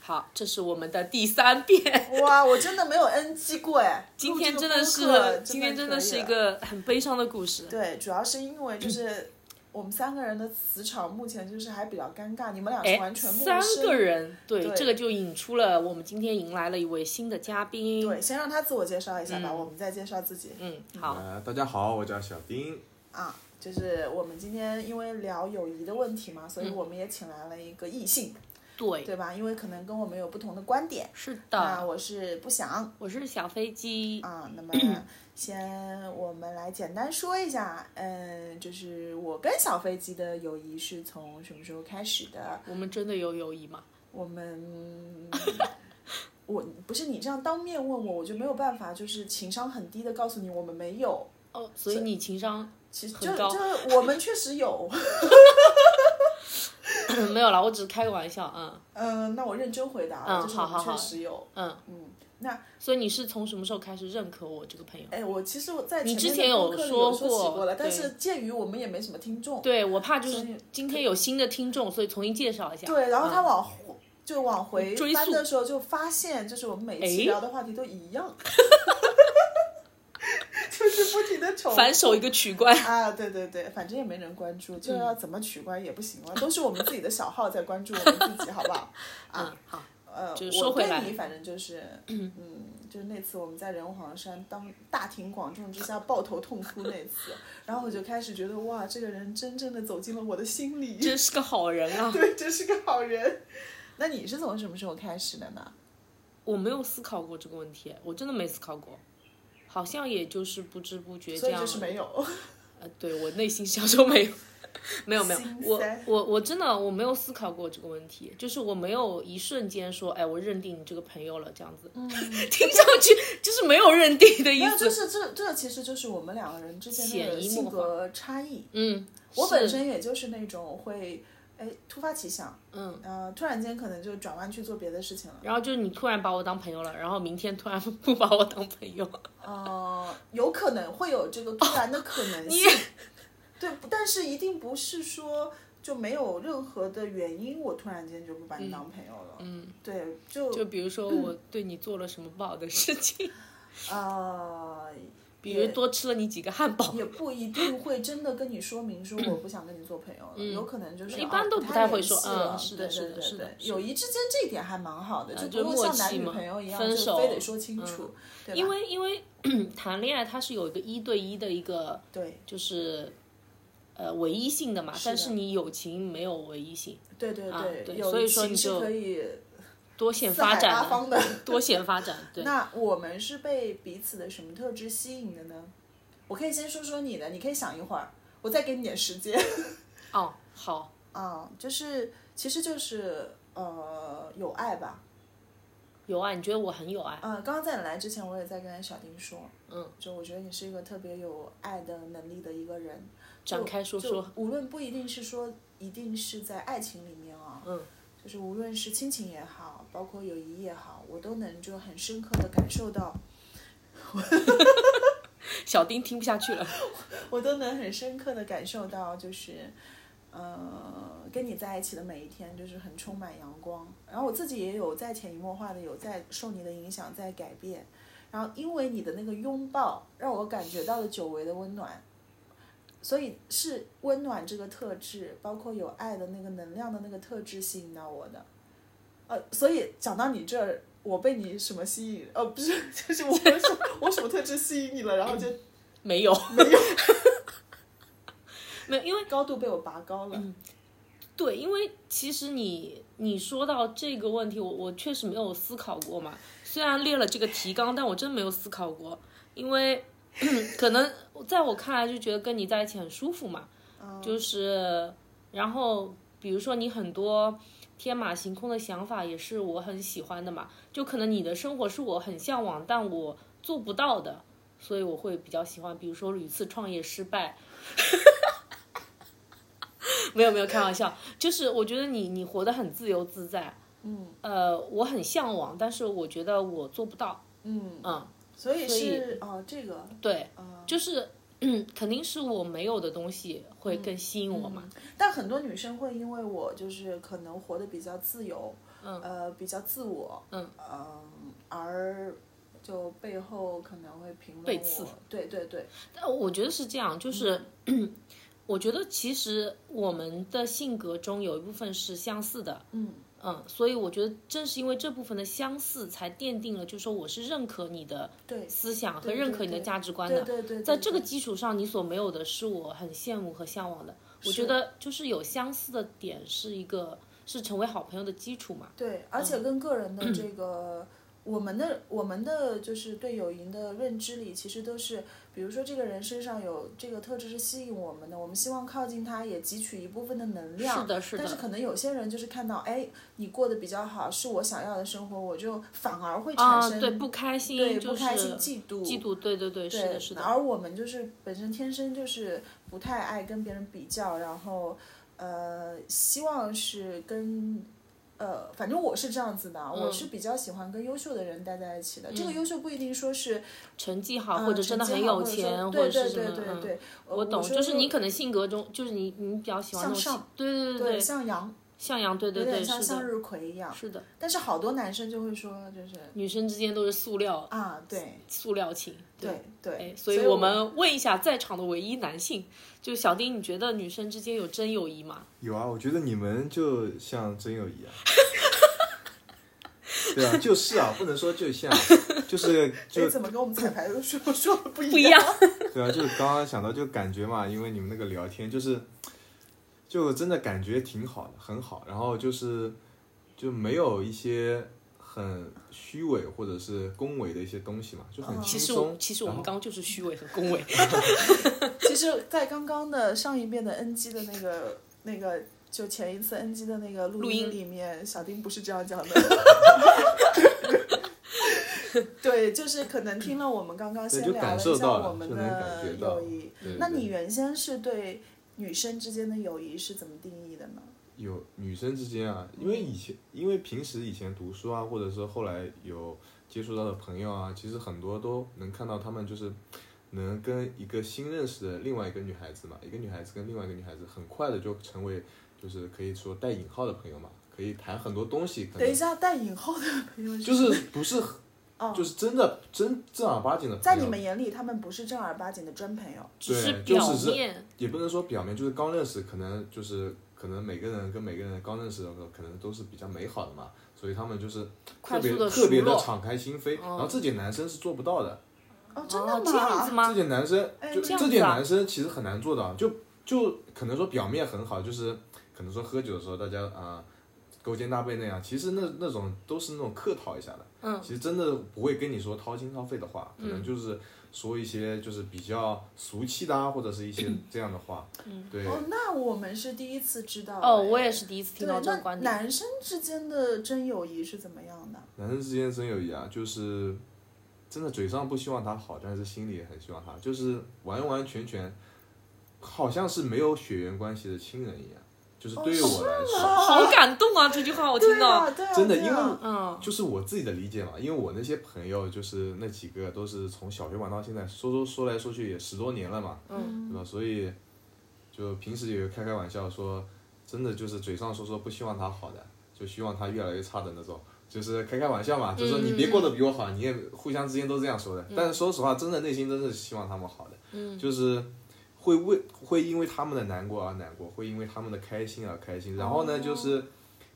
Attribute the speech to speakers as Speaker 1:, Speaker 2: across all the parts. Speaker 1: 好，这是我们的第三遍。
Speaker 2: 哇，我真的没有 NG 过哎！
Speaker 1: 今
Speaker 2: 录
Speaker 1: 天
Speaker 2: 这
Speaker 1: 真
Speaker 2: 个
Speaker 1: 的
Speaker 2: 播
Speaker 1: 是
Speaker 2: 客真，
Speaker 1: 今天真
Speaker 2: 可
Speaker 1: 的
Speaker 2: 以啊
Speaker 1: 是一
Speaker 2: 了
Speaker 1: 个很悲伤的故事。
Speaker 2: 对，主要是因为就是我们三个人的磁场目前就是还比较尴尬，你们俩是啊完全陌
Speaker 1: 哎三
Speaker 2: 生。
Speaker 1: 个人，对
Speaker 2: 对
Speaker 1: 这个就引出了我们今天迎来了一位新的嘉宾。
Speaker 2: 对，先让他自我介绍一下吧，我们再介绍自己。
Speaker 1: 嗯，好，
Speaker 3: 呃，大家好，我叫小丁。
Speaker 2: 啊，就是我们今天因为聊友谊的问题嘛，所以我们也请来了一个异性，
Speaker 1: 嗯对，
Speaker 2: 对吧？因为可能跟我们有不同的观点。
Speaker 1: 是
Speaker 2: 那
Speaker 1: 的，
Speaker 2: 我是不想
Speaker 1: 我是小飞机。
Speaker 2: 啊，那么先我们来简单说一下，嗯，就是我跟小飞机的友谊是从什么时候开始的？
Speaker 1: 我们真的有友谊吗？
Speaker 2: 我 们我不是你这样当面问我，我就没有办法，就是情商很低的告诉你我们没有。
Speaker 1: 哦，所以你情商
Speaker 2: 其实
Speaker 1: 很
Speaker 2: 就
Speaker 1: 高
Speaker 2: 就我们确实有，
Speaker 1: 没有啦，我只是开个玩笑啊。
Speaker 2: 嗯，那我认真回答了，
Speaker 1: 嗯
Speaker 2: 就是我
Speaker 1: 好
Speaker 2: 们
Speaker 1: 好
Speaker 2: 确
Speaker 1: 好
Speaker 2: 实有，
Speaker 1: 嗯
Speaker 2: 嗯，那
Speaker 1: 所以你是从什么时候开始认可我这个朋友？
Speaker 2: 哎，我其实我在
Speaker 1: 你
Speaker 2: 前
Speaker 1: 之
Speaker 2: 面
Speaker 1: 前
Speaker 2: 的
Speaker 1: 有
Speaker 2: 播客里
Speaker 1: 说
Speaker 2: 起
Speaker 1: 过
Speaker 2: 过了，但
Speaker 1: 对
Speaker 2: 是鉴于我们也没什么听众，
Speaker 1: 对我怕就
Speaker 2: 哦所
Speaker 1: 是
Speaker 2: 以
Speaker 1: 今天有新的听众，所以重新介绍一下。
Speaker 2: 对，然后他
Speaker 1: 嗯
Speaker 2: 往回就往回
Speaker 1: 追
Speaker 2: 翻
Speaker 1: 溯
Speaker 2: 的时候，就发现就是我们每期
Speaker 1: 哎
Speaker 2: 聊的话题都一样， 就是不停的重复
Speaker 1: 反手一个取关。
Speaker 2: 啊，对对对，反正也没人关注，就
Speaker 1: 嗯
Speaker 2: 要怎么取关也不行了，都是我们自己的小号在关注我们自己，好不好？啊，
Speaker 1: 嗯，好，
Speaker 2: 呃，
Speaker 1: 就
Speaker 2: 我
Speaker 1: 说回来
Speaker 2: 对你反正就是，嗯，就是那次我们在人皇山当大庭广众之下抱头痛哭那次，然后我就开始觉得哇，这个人真正的走进了我的心里，
Speaker 1: 真是个好人啊！
Speaker 2: 对，真是个好人。 那你是从什么时候开始的呢？
Speaker 1: 我没有思考过这个问题，我真的没思考过，好像也就是不知不觉
Speaker 2: 所
Speaker 1: 这
Speaker 2: 以
Speaker 1: 样。
Speaker 2: 就是没有，
Speaker 1: 呃，对我内心小时候没有， 没有没有
Speaker 2: 心，
Speaker 1: 我
Speaker 2: 塞
Speaker 1: 我我真的我没有思考过这个问题，就是我没有一瞬间说，哎，我认定你这个朋友了这样子，
Speaker 2: 嗯，
Speaker 1: 听上去就是没有认定的
Speaker 2: 没
Speaker 1: 意
Speaker 2: 有，
Speaker 1: 思
Speaker 2: 就。是这这其实就是我们两个人之间
Speaker 1: 潜
Speaker 2: 的
Speaker 1: 移
Speaker 2: 性
Speaker 1: 默化
Speaker 2: 格差异。
Speaker 1: 嗯，
Speaker 2: 我本
Speaker 1: 是
Speaker 2: 身也就是那种会，哎，突发奇想，
Speaker 1: 嗯，哦
Speaker 2: 呃，突然间可能就转弯去做别的事情了。
Speaker 1: 然后就是你突然把我当朋友了，然后明天突然不把我当朋友，
Speaker 2: 呃，有可能会有这个突然的可
Speaker 1: 哦
Speaker 2: 能性，对，但是一定不是说就没有任何的原因，我突然间就不把你当朋友了。
Speaker 1: 嗯，
Speaker 2: 对，就
Speaker 1: 就比如说我对你做了什么不好的事情，
Speaker 2: 呃，
Speaker 1: 比如多吃了你几个汉堡，
Speaker 2: 也不一定会真的跟你说明说我不想跟你做朋友了，有可能就是
Speaker 1: 嗯一
Speaker 2: 啊
Speaker 1: 般都
Speaker 2: 不
Speaker 1: 不太会
Speaker 2: 联系
Speaker 1: 说
Speaker 2: 了
Speaker 1: 嗯是的
Speaker 2: 对
Speaker 1: 是
Speaker 2: 对
Speaker 1: 的
Speaker 2: 对
Speaker 1: 是的
Speaker 2: 对
Speaker 1: 是的
Speaker 2: 友谊之间这一点还蛮好的，
Speaker 1: 啊
Speaker 2: 就不会
Speaker 1: 就默
Speaker 2: 像
Speaker 1: 契
Speaker 2: 男女
Speaker 1: 嘛
Speaker 2: 朋友一样，
Speaker 1: 分
Speaker 2: 就
Speaker 1: 手嗯
Speaker 2: 非得说清楚，对吧？
Speaker 1: 因为因为 谈恋爱它是有一个一对一的一个
Speaker 2: 对
Speaker 1: 就是呃唯一性的嘛，
Speaker 2: 是的
Speaker 1: 但是你友情没有唯一性，
Speaker 2: 对对
Speaker 1: 啊对
Speaker 2: 友
Speaker 1: 所以
Speaker 2: 谊
Speaker 1: 说
Speaker 2: 其
Speaker 1: 你
Speaker 2: 实
Speaker 1: 就
Speaker 2: 可以
Speaker 1: 多线
Speaker 2: 四
Speaker 1: 发
Speaker 2: 海
Speaker 1: 展
Speaker 2: 八
Speaker 1: 啊，
Speaker 2: 方的。
Speaker 1: 多线发展，对，
Speaker 2: 那我们是被彼此的什么特质吸引的呢？我可以先说说你的，你可以想一会儿，我再给你点时间。
Speaker 1: 哦，好，
Speaker 2: 啊、就是其实就是呃有爱吧。
Speaker 1: 有啊，你觉得我很有爱，
Speaker 2: 嗯、刚刚在你来之前，我也在跟小丁说，
Speaker 1: 嗯，
Speaker 2: 就我觉得你是一个特别有爱的能力的一个人。
Speaker 1: 展开说
Speaker 2: 就
Speaker 1: 说，
Speaker 2: 无论不一定是说一定是在爱情里面啊，
Speaker 1: 嗯，
Speaker 2: 就是无论是亲情也好，包括友谊也好，我都能就很深刻的感受到
Speaker 1: 小丁听不下去了，
Speaker 2: 我都能很深刻的感受到，就是，呃，跟你在一起的每一天，就是很充满阳光。然后我自己也有在潜移默化的有在受你的影响在改变。然后因为你的那个拥抱，让我感觉到了久违的温暖。所以是温暖这个特质，包括有爱的那个能量的那个特质吸引到我的。呃，所以讲到你这儿，我被你什么吸引？呃，不是， 就是我我什么特质吸引你了，然后就
Speaker 1: 没有，没有， 没有，因为。
Speaker 2: 高度被我拔高了。
Speaker 1: 对，因为其实你你说到这个问题，我我确实没有思考过嘛。虽然列了这个提纲，但我真没有思考过，因为 可能在我看来就觉得跟你在一起很舒服嘛，就是然后比如说你很多天马行空的想法也是我很喜欢的嘛，就可能你的生活是我很向往，但我做不到的。所以我会比较喜欢，比如说屡次创业失败， 没有没有开玩笑，就是我觉得你你活得很自由自在，嗯，呃，我很向往，但是我觉得我做不到，
Speaker 2: 嗯，
Speaker 1: 嗯，
Speaker 2: 所以
Speaker 1: 所以
Speaker 2: 是哦，这个
Speaker 1: 对，
Speaker 2: 啊，
Speaker 1: 就是 嗯，肯定是我没有的东西
Speaker 2: 嗯
Speaker 1: 会更吸引我嘛，
Speaker 2: 但很多女生会因为我就是可能活得比较自由，嗯，呃，比较自我，嗯，呃，而就背后可能会评论
Speaker 1: 背
Speaker 2: 嗯我
Speaker 1: 刺，
Speaker 2: 对对对，
Speaker 1: 但我觉得是这样，就是、
Speaker 2: 嗯
Speaker 1: 我觉得其实我们的性格中有一部分是相似的，
Speaker 2: 嗯
Speaker 1: 嗯，所以我觉得正是因为这部分的相似，才奠定了，就是说我是认可你的
Speaker 2: 对
Speaker 1: 思想和
Speaker 2: 对
Speaker 1: 认
Speaker 2: 对
Speaker 1: 可你的
Speaker 2: 对
Speaker 1: 价值观
Speaker 2: 对
Speaker 1: 的。
Speaker 2: 对对，
Speaker 1: 在
Speaker 2: 对
Speaker 1: 这个
Speaker 2: 对
Speaker 1: 基础上，你所没有的是我很羡慕和向往的。我觉
Speaker 2: 是
Speaker 1: 得就是有相似的点是一个是成为好朋友的基础嘛。
Speaker 2: 对，而
Speaker 1: 嗯
Speaker 2: 且跟个人的 这个。我们的我们的就是对友谊的认知里，其实都是，比如说这个人身上有这个特质是吸引我们的，我们希望靠近他，也汲取一部分的能量。
Speaker 1: 是的，是
Speaker 2: 但是
Speaker 1: 的，
Speaker 2: 可能有些人就是看到，哎，你过得比较好，是我想要的生活，我就反而会产
Speaker 1: 啊，
Speaker 2: 生、
Speaker 1: 对，不开心，
Speaker 2: 对
Speaker 1: 就是
Speaker 2: 不开心、嫉妒。
Speaker 1: 嫉妒，对对对，
Speaker 2: 对
Speaker 1: 是的，是的，
Speaker 2: 而我们就是本身天生就是不太爱跟别人比较，然后呃，希望是跟。呃，反正我是这样子的啊，我
Speaker 1: 嗯
Speaker 2: 是比较喜欢跟优秀的人待在一起的。这个优秀不一定说是
Speaker 1: 成绩嗯好，
Speaker 2: 呃
Speaker 1: 或者真的
Speaker 2: 成绩
Speaker 1: 很
Speaker 2: 好
Speaker 1: 有
Speaker 2: 者说
Speaker 1: 钱，
Speaker 2: 对
Speaker 1: 者是
Speaker 2: 对
Speaker 1: 什
Speaker 2: 对
Speaker 1: 么，
Speaker 2: 对
Speaker 1: 嗯，
Speaker 2: 对，呃
Speaker 1: 我懂，
Speaker 2: 说
Speaker 1: 就是
Speaker 2: 是
Speaker 1: 你可能性格中，就是你你比较喜欢那
Speaker 2: 向
Speaker 1: 种性
Speaker 2: 上，
Speaker 1: 对对
Speaker 2: 对
Speaker 1: 对，
Speaker 2: 向阳，
Speaker 1: 向阳，对对
Speaker 2: 有
Speaker 1: 对，
Speaker 2: 点像
Speaker 1: 是
Speaker 2: 向
Speaker 1: 的，
Speaker 2: 日葵啊一样。
Speaker 1: 是的，
Speaker 2: 但是好多男生就会说，就是
Speaker 1: 女生之间都是塑料
Speaker 2: 啊，对
Speaker 1: 塑料情，
Speaker 2: 对对
Speaker 1: 哎，，哦所以
Speaker 2: 我
Speaker 1: 我们问一下在场的唯一男性，就小丁，你觉得女生之间有真友谊吗？
Speaker 3: 有啊，我觉得你们就像真友谊 啊。对啊，就是啊，不能说就 像，就是
Speaker 2: 哎
Speaker 3: 就
Speaker 2: 怎么跟我们彩排的时候说 的不一
Speaker 1: 不一
Speaker 2: 样？
Speaker 1: 样，
Speaker 3: 对啊，就是刚刚想到就感觉嘛，因为你们那个聊天就是，就真的感觉挺好的，很好。然后就是就没有一些很虚伪或者是恭维的一些东西嘛，就很
Speaker 2: 嗯
Speaker 1: 哦其
Speaker 3: 轻
Speaker 1: 实我
Speaker 3: 松。
Speaker 1: 其实我们
Speaker 3: 然后
Speaker 1: 刚刚就是虚伪和恭维，
Speaker 2: 其实，在刚刚的上一遍的 NG 的那个那个，就前一次 NG 的那个录
Speaker 1: 录音
Speaker 2: 音里面，小丁不是这样 讲的。对，就是可能听了我们刚刚
Speaker 3: 对
Speaker 2: 先
Speaker 3: 就
Speaker 2: 聊
Speaker 3: 感
Speaker 2: 一
Speaker 3: 受
Speaker 2: 下
Speaker 3: 到了
Speaker 2: 我们
Speaker 3: 就能感
Speaker 2: 的
Speaker 3: 觉到
Speaker 2: 友谊。
Speaker 3: 对对
Speaker 2: 那你原先是对女生之间的友谊是怎么定义的呢？
Speaker 3: 有女生之间啊，因为以前因为平时以前读书啊，或者是后来有接触到的朋友啊，其实很多都能看到他们就是能跟一个新认识的另外一个女孩子嘛，一个女孩子跟另外一个女孩子很快的就成为就是可以说带引号的朋友嘛，可以谈很多东西，可
Speaker 2: 等一
Speaker 3: 能
Speaker 2: 下，带引号的朋友
Speaker 3: 就是不是很
Speaker 2: 哦
Speaker 3: 就是真的真正儿八经的朋友，
Speaker 2: 在你们眼里，他们不是正儿八经的真朋友。
Speaker 1: 只是
Speaker 3: 对就
Speaker 1: 表
Speaker 3: 只是
Speaker 1: 面，
Speaker 3: 也不能说表面，就是刚认识，可能就是可能每个人跟每个人刚认识的时候，可能都是比较美好的嘛，所以他们就是
Speaker 1: 快
Speaker 3: 特别
Speaker 1: 速地
Speaker 3: 特别
Speaker 1: 熟
Speaker 3: 的
Speaker 1: 络
Speaker 3: 敞开心扉，
Speaker 1: 哦
Speaker 3: 然后这点男生是做不到的，
Speaker 2: 哦，真的
Speaker 1: 哦
Speaker 2: 吗？，
Speaker 1: 这样子
Speaker 3: 这
Speaker 1: 吗？
Speaker 3: 点男生
Speaker 2: 哎
Speaker 3: 就
Speaker 1: 这样子啊
Speaker 3: 点男生其实很难做到，就就可能说表面很好，就是可能说喝酒的时候大家啊、勾肩搭背那样，其实那那种都是那种客套一下的，
Speaker 1: 嗯，
Speaker 3: 其实真的不会跟你说掏心掏肺的话，可能就是说一些就是比较俗气的啊，或者是 一些这样的话，嗯，对。
Speaker 2: 哦，那我们是第一次知道。
Speaker 1: 哦，
Speaker 2: 哎
Speaker 1: 我也是第一次听
Speaker 2: 对，
Speaker 1: 到这
Speaker 2: 那
Speaker 1: 个观点。
Speaker 2: 男生之间的真友谊是怎么样的？
Speaker 3: 男生之间真友谊啊，就是真的嘴上不希望他好，但是心里也很希望他，就是完完全全好像是没有血缘关系的亲人一样，就是对于我来说，
Speaker 1: 好感动啊！这句话我听
Speaker 2: 对
Speaker 1: 到，
Speaker 2: 啊，对啊，
Speaker 3: 真的
Speaker 2: 对啊
Speaker 3: 因为
Speaker 1: 嗯，
Speaker 3: 就是我自己的理解嘛，因为我那些朋友就是那几个都是从小学玩到现在，说说说来说去也十多年了嘛，
Speaker 1: 嗯
Speaker 3: 对吧？所以就平时也有开开玩笑说，真的就是嘴上说说不希望他好的，就希望他越来越差的那种，就是开开玩笑嘛，就说你别过得比我好，你也互相之间都这样说的。但是说实话，真的内心真的是希望他们好的，就是会为会因为他们的难过而难过，会因为他们的开心而开心。然后呢，就是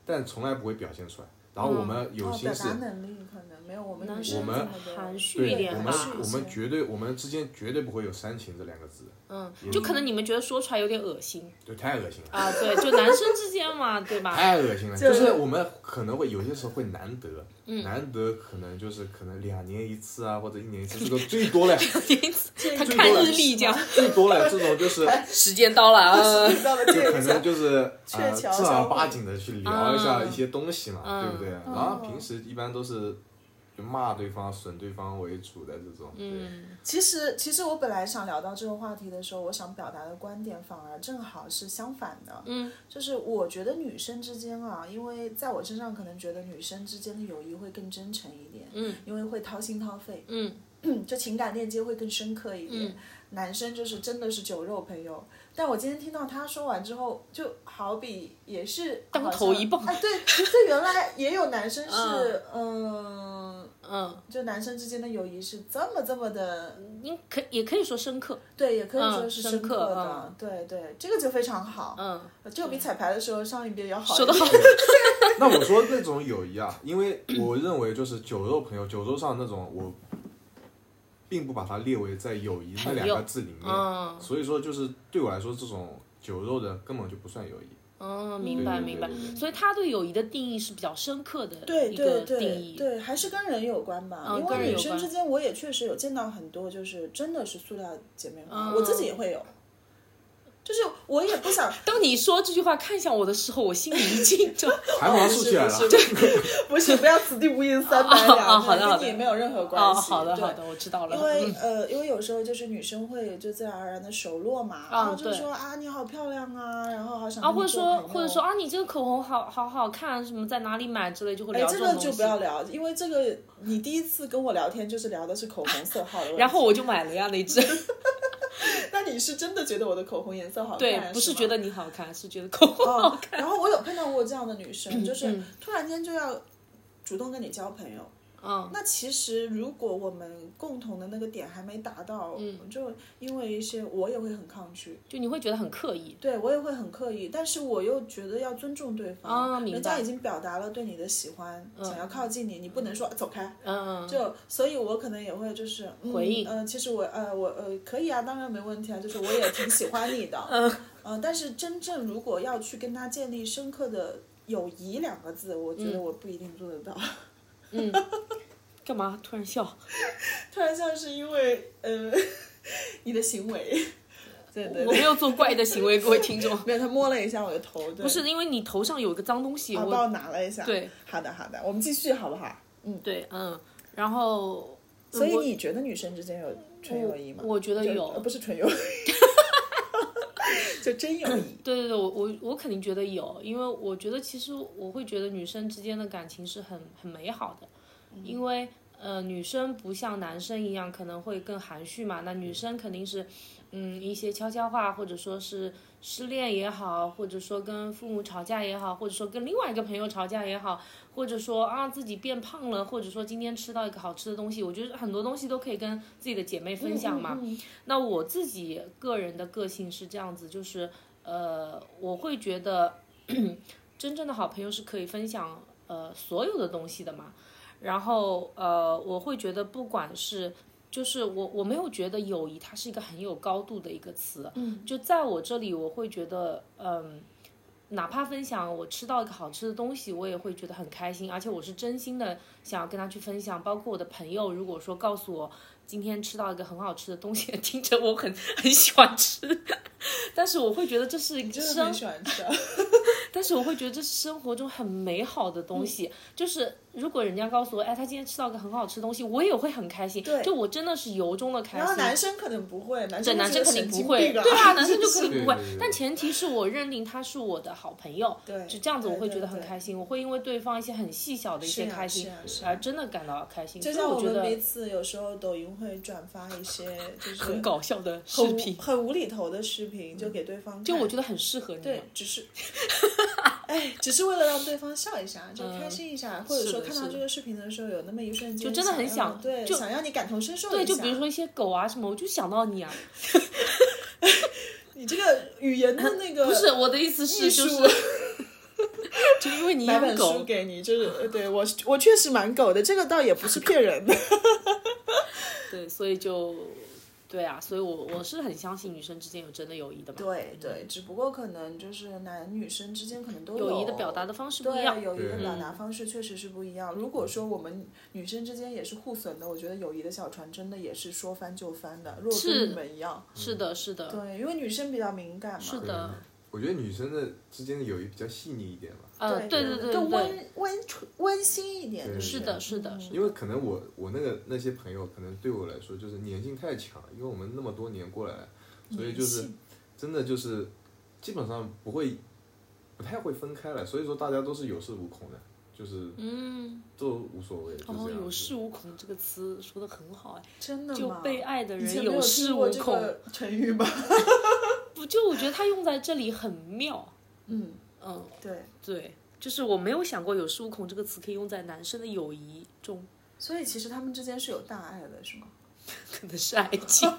Speaker 3: 但从来不会表现出来。然后我们有
Speaker 2: 哦，
Speaker 3: 心
Speaker 2: 表
Speaker 3: 事
Speaker 2: 达，能力可能没有我们
Speaker 1: 男
Speaker 2: 女
Speaker 1: 生
Speaker 2: 生
Speaker 3: 我们
Speaker 2: 这么的
Speaker 1: 含蓄一
Speaker 3: 对，
Speaker 1: 点
Speaker 3: 我
Speaker 1: 吧
Speaker 3: 们
Speaker 2: 含蓄一
Speaker 3: 我
Speaker 2: 些
Speaker 3: 们绝对我们之间绝对不会有煽情这两个字，
Speaker 1: 嗯，就可能你们觉得说出来有点恶心
Speaker 2: 嗯
Speaker 3: 就太恶心了。
Speaker 1: 啊，对，就男生之间嘛，对吧？
Speaker 3: 太恶心了，
Speaker 2: 就
Speaker 3: 就是是我们可能会有些时候会难得，难得可能就是可能两年一次啊，或者一年一次，这个最多了，
Speaker 1: 他看日历 这样，
Speaker 3: 最多了，这种就是
Speaker 1: 时间到了 啊，
Speaker 2: 遇到了
Speaker 3: 就
Speaker 2: 这
Speaker 3: 呃可
Speaker 2: 一
Speaker 3: 能
Speaker 2: 下，
Speaker 3: 就是
Speaker 2: 鹊
Speaker 3: 呃
Speaker 2: 桥
Speaker 3: 正
Speaker 2: 相
Speaker 3: 儿
Speaker 2: 会
Speaker 3: 八经的去聊一下
Speaker 1: 嗯
Speaker 3: 一些东西嘛，
Speaker 1: 嗯
Speaker 3: 对不对？然后平时一般都是就骂对方、损对方为主的这种，
Speaker 1: 嗯
Speaker 3: 对，
Speaker 2: 其实其实我本来想聊到这个话题的时候，我想表达的观点反而正好是相反的。
Speaker 1: 嗯，
Speaker 2: 就是我觉得女生之间啊，因为在我身上可能觉得女生之间的友谊会更真诚一点，
Speaker 1: 嗯，
Speaker 2: 因为会掏心掏肺，
Speaker 1: 嗯，
Speaker 2: 就情感链接会更深刻一点。男生就是真的是酒肉朋友。但我今天听到他说完之后，就好比也是
Speaker 1: 当
Speaker 2: 好像
Speaker 1: 头一棒
Speaker 2: 哎，对，这原来也有男生是嗯
Speaker 1: 嗯，
Speaker 2: 就男生之间的友谊是这么这么的，
Speaker 1: 你可也可以说深刻，
Speaker 2: 对，也可以说
Speaker 1: 嗯
Speaker 2: 是
Speaker 1: 深
Speaker 2: 深
Speaker 1: 刻
Speaker 2: 刻的，
Speaker 1: 嗯
Speaker 2: 对对，这个就非常好，
Speaker 1: 嗯，
Speaker 2: 这个比彩排的时候上一遍要好一
Speaker 1: 说得
Speaker 2: 点。
Speaker 1: 好，
Speaker 3: 那我说那种友谊啊，因为我认为就是酒肉朋友，酒桌上那种我，并不把它列为在友谊那两个字里 面，
Speaker 1: 嗯
Speaker 3: 所以说就是对我来说，这种酒肉的根本就不算 友谊。
Speaker 1: 嗯，明白
Speaker 3: 对对
Speaker 1: 明白
Speaker 3: 对对。
Speaker 1: 所以他对友谊的定义是比较深刻的
Speaker 2: 对
Speaker 1: 一
Speaker 2: 对
Speaker 1: 个定
Speaker 2: 对
Speaker 1: 义，
Speaker 2: 对，还是跟人有关吧。
Speaker 1: 嗯
Speaker 2: 因
Speaker 1: 跟人
Speaker 2: 为女
Speaker 1: 有
Speaker 2: 生
Speaker 1: 关
Speaker 2: 之间，我也确实有见到很多，就是真的是塑料姐妹花，
Speaker 1: 嗯
Speaker 2: 我自己也会有。就是我也 不想，
Speaker 1: 当你说这句话看向我的时候，我心里一惊，就
Speaker 3: 弹簧竖起
Speaker 1: 哦
Speaker 3: 来了，
Speaker 2: 是不是不是不要此地 无银三百两，
Speaker 1: 哦哦好的
Speaker 2: 对
Speaker 1: 好
Speaker 2: 跟你
Speaker 1: 的
Speaker 2: 没有任何
Speaker 1: 哦，
Speaker 2: 关系。
Speaker 1: 好的
Speaker 2: 对
Speaker 1: 好的，我知道了。嗯
Speaker 2: 因为呃，因为有时候就是女生会就自然而然的熟络嘛，然后
Speaker 1: 嗯
Speaker 2: 就
Speaker 1: 对
Speaker 2: 说啊你好漂亮啊，然后好想
Speaker 1: 啊，
Speaker 2: 跟你
Speaker 1: 或者
Speaker 2: 做
Speaker 1: 说
Speaker 2: 朋
Speaker 1: 或者
Speaker 2: 友
Speaker 1: 说啊，你这个口红好好好看，什么在哪里买之类，就会
Speaker 2: 哎，
Speaker 1: 聊
Speaker 2: 这
Speaker 1: 种
Speaker 2: 个
Speaker 1: 东
Speaker 2: 就
Speaker 1: 西
Speaker 2: 不。要聊，因为这个你第一次跟我聊天就是聊的是口红色 号的问题。
Speaker 1: 然后我就买了呀那支，
Speaker 2: 那你是真的觉得我的口红颜色好看？
Speaker 1: 对，不
Speaker 2: 是
Speaker 1: 是
Speaker 2: 吗
Speaker 1: 觉得你好看，是觉得口红
Speaker 2: 哦
Speaker 1: 好看。嗯
Speaker 2: 然后我有碰到过这样的女生，就是突然间就要主动跟你交朋友。
Speaker 1: 嗯，
Speaker 2: 那其实如果我们共同的那个点还没达到，嗯，就因为一些我也会很抗拒，
Speaker 1: 就你会觉得很刻意。
Speaker 2: 对我也会很刻意，但是我又觉得要尊重对方。
Speaker 1: 啊明白
Speaker 2: 人家已经表达了对你的喜欢，想要靠近你，你不能说、啊走开。
Speaker 1: 嗯，
Speaker 2: 就所以，我可能也会就是、嗯、
Speaker 1: 回应
Speaker 2: 呃，其实我呃我呃可以啊，当然没问题啊，就是我也挺喜欢 你的。嗯、呃，但是真正如果要去跟他建立深刻的友谊两个字，我
Speaker 1: 嗯
Speaker 2: 觉得我不一定做得到。
Speaker 1: 干嘛突然笑？
Speaker 2: 突然像是因为呃 你的行为，对对
Speaker 1: 我没有做怪异的行 为，各位听众。
Speaker 2: 没有，他摸了一下我的头，对
Speaker 1: 不是因为你头上有一个脏东西，
Speaker 2: 啊，
Speaker 1: 我
Speaker 2: 帮我拿了一下。
Speaker 1: 对，
Speaker 2: 好的好的，我们继续好不好？嗯，
Speaker 1: 对，嗯，然后
Speaker 2: 所以
Speaker 1: 我
Speaker 2: 你觉得女生之间有纯友谊吗？
Speaker 1: 我觉得
Speaker 2: 就
Speaker 1: 有
Speaker 2: 呃不是纯友谊， 就真友 谊。
Speaker 1: 对对对，我我我肯定觉得有，因为我觉得其实我会觉得女生之间的感情是很很美好的，因为呃女生不像男生一样可能会更含蓄嘛，那女生肯定是嗯一些悄悄话，或者说是失恋也好，或者说跟父母吵架也好，或者说跟另外一个朋友吵架也好，或者说啊自己变胖了，或者说今天吃到一个好吃的东西，我觉得很多东西都可以跟自己的姐妹分享嘛。那我自己个人的个性是这样子，就是呃，我会觉得真正的好朋友是可以分享呃所有的东西的嘛。然后呃，我会觉得不管是就是我我没有觉得友谊它是一个很有高度的一个词，嗯，就在我这里我会觉得嗯。哪怕分享我吃到一个好吃的东西，我也会觉得很开心，而且我是真心的想要跟他去分享。包括我的朋友，如果说告诉我今天吃到一个很好吃的东西， 听着我很很喜欢吃， 但是我会觉得这是
Speaker 2: 你真的
Speaker 1: 生
Speaker 2: 很喜欢吃啊？
Speaker 1: 但是我会觉得这是生活中很美好的东
Speaker 2: 嗯
Speaker 1: 西，就是如果人家告诉我，哎，他今天吃到个很好吃的东西，我也会很开心。
Speaker 2: 对
Speaker 1: 就我真的是由衷的开
Speaker 2: 然后
Speaker 1: 心。
Speaker 2: 男生可能不会，男
Speaker 1: 对，
Speaker 2: 生
Speaker 1: 男
Speaker 2: 就
Speaker 1: 生
Speaker 2: 是
Speaker 1: 肯
Speaker 2: 神
Speaker 1: 定
Speaker 2: 经
Speaker 1: 不会，
Speaker 2: 病啊
Speaker 1: 对啊，男生就 肯定不会
Speaker 3: 对对对。
Speaker 1: 但前提是我认定他是我的好朋友，
Speaker 2: 对
Speaker 1: 就这样子我会觉
Speaker 2: 对
Speaker 1: 得
Speaker 2: 对
Speaker 1: 很
Speaker 2: 对
Speaker 1: 开心。我会因为对方一些很细小的一些
Speaker 2: 是啊
Speaker 1: 开心
Speaker 2: 是啊是，啊
Speaker 1: 而真的感到开心。所
Speaker 2: 就
Speaker 1: 以
Speaker 2: 像
Speaker 1: 我
Speaker 2: 我
Speaker 1: 觉
Speaker 2: 们彼
Speaker 1: 得
Speaker 2: 此有时候抖音会转发一些就是
Speaker 1: 很搞笑的视
Speaker 2: 很无
Speaker 1: 频，嗯
Speaker 2: 很无厘头的视频，就给对方看。
Speaker 1: 就我觉得很适合你
Speaker 2: 对
Speaker 1: 们。，
Speaker 2: 只是，哎，只是为了让对方笑一下，就开心一下，或
Speaker 1: 嗯
Speaker 2: 者
Speaker 1: 是
Speaker 2: 说
Speaker 1: 的
Speaker 2: 看到
Speaker 1: 是的
Speaker 2: 这个视频的时候，有那么一瞬间，
Speaker 1: 就真的很
Speaker 2: 想
Speaker 1: 想
Speaker 2: 让，对，
Speaker 1: 就
Speaker 2: 想让你感同身受一下。
Speaker 1: 对，就比如说一些狗啊什么，我就想到你啊。
Speaker 2: 你这个语言的那个
Speaker 1: 嗯不是我的意思
Speaker 2: 艺
Speaker 1: 是，就
Speaker 2: 术
Speaker 1: 是 就因为你
Speaker 2: 买
Speaker 1: 养
Speaker 2: 本
Speaker 1: 狗
Speaker 2: 书，给你，就是呃对我我确实蛮狗的，这个倒也不是骗人的。
Speaker 1: 对，所以就对啊，所以我我是很相信女生之间有真的友谊的嘛。
Speaker 2: 对对，只不过可能就是男女生之间可能都有
Speaker 1: 友谊的表达的方式不一
Speaker 2: 对
Speaker 1: 样。
Speaker 2: 友谊的
Speaker 3: 对
Speaker 2: 表达方式确实是不一样。如果说我们女生之间也是互损的，我觉得友谊的小船真的也是说翻就翻的。如果
Speaker 1: 是
Speaker 2: 跟你们一样，
Speaker 1: 是的，是的，
Speaker 2: 对，因为女生比较敏感嘛，
Speaker 1: 是的，
Speaker 3: 我觉得女生的之间的友谊比较细腻一点吧，
Speaker 1: 呃，对
Speaker 2: 对
Speaker 1: 对
Speaker 2: 更
Speaker 1: 对，
Speaker 2: 温温温馨一点，
Speaker 3: 对
Speaker 2: 就是嗯
Speaker 1: 的，嗯是的，
Speaker 3: 因为可能我我那个那些朋友，可能对我来说就是粘性太强，因为我们那么多年过来，所以就是真的就是基本上不会不太会分开了，所以说大家都是有恃无恐的，就是
Speaker 1: 嗯，
Speaker 3: 都无所谓，就这样
Speaker 1: 哦，
Speaker 3: 子。
Speaker 1: 有恃无恐这个词说的很好哎，
Speaker 2: 嗯真的吗？
Speaker 1: 就被爱的
Speaker 2: 以前
Speaker 1: 人
Speaker 2: 没有
Speaker 1: 恃
Speaker 2: 听过
Speaker 1: 无
Speaker 2: 这
Speaker 1: 恐，
Speaker 2: 个 成 语吧？
Speaker 1: 不就我觉得它用在这里很妙，
Speaker 2: 嗯，
Speaker 1: 嗯，
Speaker 2: 对。
Speaker 1: 对，就是我没有想过有恃无恐这个词可以用在男生的友谊中，
Speaker 2: 所以其实他们之间是有大爱的，是吗？
Speaker 1: 可能是爱情。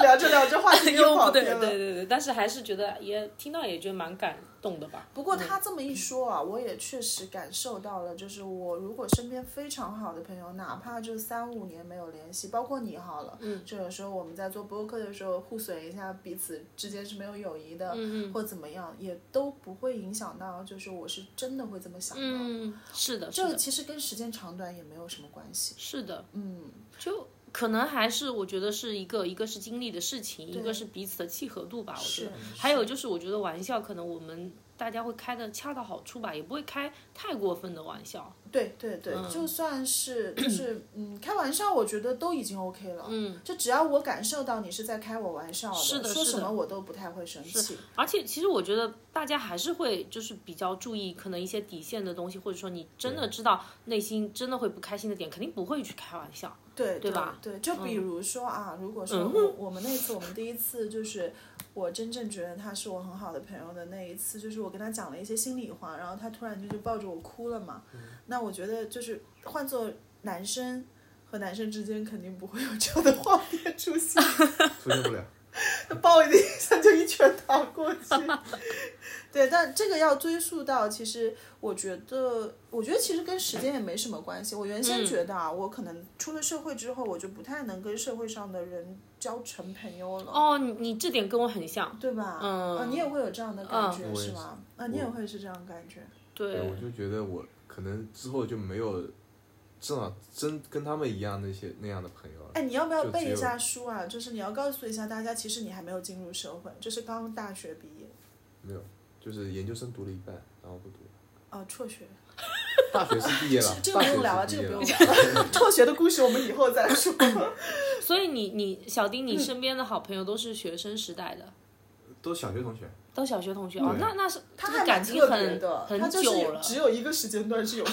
Speaker 2: 聊着聊着话题
Speaker 1: 又
Speaker 2: 又
Speaker 1: 不
Speaker 2: 跑
Speaker 1: 对，
Speaker 2: 偏
Speaker 1: 对
Speaker 2: 了。
Speaker 1: 对对，但是还是觉得也听到也觉得蛮感动的吧。嗯
Speaker 2: 不过他这么一说啊，我也确实感受到了，就是我如果身边非常好的朋友，哪怕就三五年没有联系，包括你好了，
Speaker 1: 嗯，
Speaker 2: 就有时候我们在做播客的时候互损一下，彼此之间是没有友谊的，
Speaker 1: 嗯嗯
Speaker 2: 或怎么样，也都不会影响到，就是我是真的会这么想的。
Speaker 1: 嗯，是的，
Speaker 2: 这
Speaker 1: 是
Speaker 2: 个
Speaker 1: 的，
Speaker 2: 其实跟时间长短也没有什么关系。
Speaker 1: 是的，
Speaker 2: 嗯，
Speaker 1: 就可能还是我觉得是一个，一个是经历的事情，一
Speaker 2: 对
Speaker 1: 个是彼此的契合度吧。我觉
Speaker 2: 是
Speaker 1: 得，。还有就是我觉得玩笑可能我们大家会开的恰到好处吧，也不会开太过分的玩笑。
Speaker 2: 对对对，
Speaker 1: 嗯
Speaker 2: 就算 是就是嗯，开玩笑，我觉得都已经 OK 了。
Speaker 1: 嗯，
Speaker 2: 就只要我感受到你是在开我玩笑
Speaker 1: 是的
Speaker 2: 说
Speaker 1: 是
Speaker 2: 什
Speaker 1: 的
Speaker 2: 么我都不太会生气。
Speaker 1: 而且其实我觉得大家还是会就是比较注意可能一些底线的东西，或者说你真的知道内心真的会不开心的点，肯定不会去开玩笑。
Speaker 2: 对
Speaker 1: 对吧
Speaker 2: 对，就比如说啊，如果说
Speaker 1: 嗯
Speaker 2: 我我们那次，我们第一次就是我真正觉得他是我很好的朋友的那一次，就是我跟他讲了一些心里话，然后他突然间就抱着我哭了嘛。
Speaker 1: 嗯
Speaker 2: 那我觉得就是换做男生和男生之间，肯定不会有这样的画面出现，
Speaker 3: 出
Speaker 1: 哦
Speaker 3: 现不了。
Speaker 2: 抱一下就一拳打过去。 对，但这个要追溯到，其实我觉得，我觉得其实跟时间也没什么关系。我原先
Speaker 1: 嗯
Speaker 2: 觉得啊，我可能出了社会之后，我就不太能跟社会上的人交成朋友了，
Speaker 1: 哦，你你这点跟我很像。
Speaker 2: 对吧？
Speaker 1: 嗯
Speaker 2: 啊，你也会有这样的感觉、
Speaker 3: 嗯
Speaker 2: 是吗？啊，你也会是这样的感觉。
Speaker 1: 对，
Speaker 3: 我就觉得我可能之后就没有正好真跟他们一样那些那样的朋友了。
Speaker 2: 哎，你要不要
Speaker 3: 就
Speaker 2: 背
Speaker 3: 只
Speaker 2: 一
Speaker 3: 有
Speaker 2: 下书啊？就是你要告诉一下大家，其实你还没有进入社会，就是刚大学毕业，
Speaker 3: 没有，就是研究生读了一半，然后不读。
Speaker 2: 哦、辍学。，
Speaker 3: 大学是毕业了
Speaker 2: 这个
Speaker 3: 大
Speaker 2: 不
Speaker 3: 学
Speaker 2: 用
Speaker 3: 是
Speaker 2: 聊啊，
Speaker 3: 毕
Speaker 2: 这
Speaker 3: 业
Speaker 2: 个不
Speaker 3: 了
Speaker 2: 用聊了。 辍学的故事我们以后再说。
Speaker 1: 所以你你小丁，
Speaker 2: 嗯
Speaker 1: 你身边的好朋友都是学生时代的，
Speaker 3: 都小学同 学，
Speaker 1: 都小学同学哦，
Speaker 3: 对
Speaker 1: 那那是
Speaker 2: 他
Speaker 1: 这个
Speaker 2: 还蛮
Speaker 1: 感情
Speaker 2: 特别
Speaker 1: 很
Speaker 2: 的，他
Speaker 1: 很
Speaker 2: 就是
Speaker 1: 久了，
Speaker 2: 只有一个时间段是有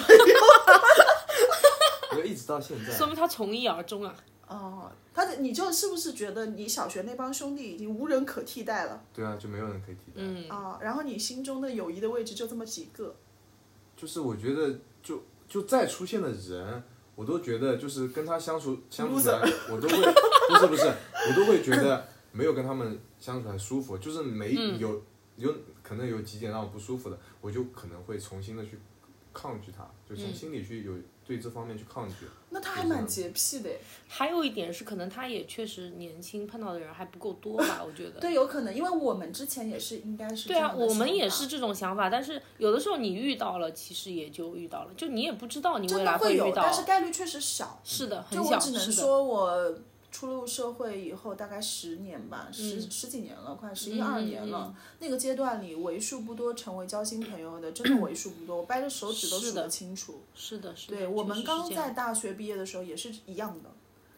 Speaker 3: 因为一直到现在
Speaker 1: 说明他从一而终啊。
Speaker 2: 哦，他的你就是不是觉得你小学那帮兄弟已经无人可替代了
Speaker 3: 对啊，就没有人可以替代。
Speaker 1: 嗯，
Speaker 2: 啊？然后你心中的友谊的位置就这么几个，
Speaker 3: 就是我觉得就就再出现的人，我都觉得就是跟他相处相处起来，我都会不是不是，我都会觉得 没有跟他们相处很舒服，就是没
Speaker 2: 嗯
Speaker 3: 有有可能有几点让我不舒服的，我就可能会重新的去抗拒它，就
Speaker 2: 嗯
Speaker 3: 从心里去有对这方面去抗拒。
Speaker 2: 那他还蛮洁癖的耶。
Speaker 1: 还有一点是，可能他也确实年轻，碰到的人还不够多吧，我觉得。
Speaker 2: 对，有可能，因为我们之前也是应该是
Speaker 1: 对啊，
Speaker 2: 这样的
Speaker 1: 我们
Speaker 2: 想
Speaker 1: 也
Speaker 2: 法
Speaker 1: 是这种想法，但是有的时候你遇到了，其实也就遇到了，就你也不知道你未
Speaker 2: 真
Speaker 1: 来
Speaker 2: 的会
Speaker 1: 遇
Speaker 2: 有，
Speaker 1: 到。
Speaker 2: 但是概率确实小。
Speaker 1: 是的，
Speaker 2: 就
Speaker 1: 很
Speaker 2: 我
Speaker 1: 小，
Speaker 2: 只能
Speaker 1: 是的。
Speaker 2: 说，我出入社会以后大概十年吧，十十几年了，快十一
Speaker 1: 嗯
Speaker 2: 二
Speaker 1: 嗯
Speaker 2: 年了。那个阶段里，为数不多成为交心朋友的，真的为数不多，我掰着手指都
Speaker 1: 是
Speaker 2: 数
Speaker 1: 的
Speaker 2: 得清楚。
Speaker 1: 是的，是的。
Speaker 2: 对我
Speaker 1: 确实
Speaker 2: 们
Speaker 1: 是
Speaker 2: 刚
Speaker 1: 这样
Speaker 2: 在大学毕业的时候也是一样的，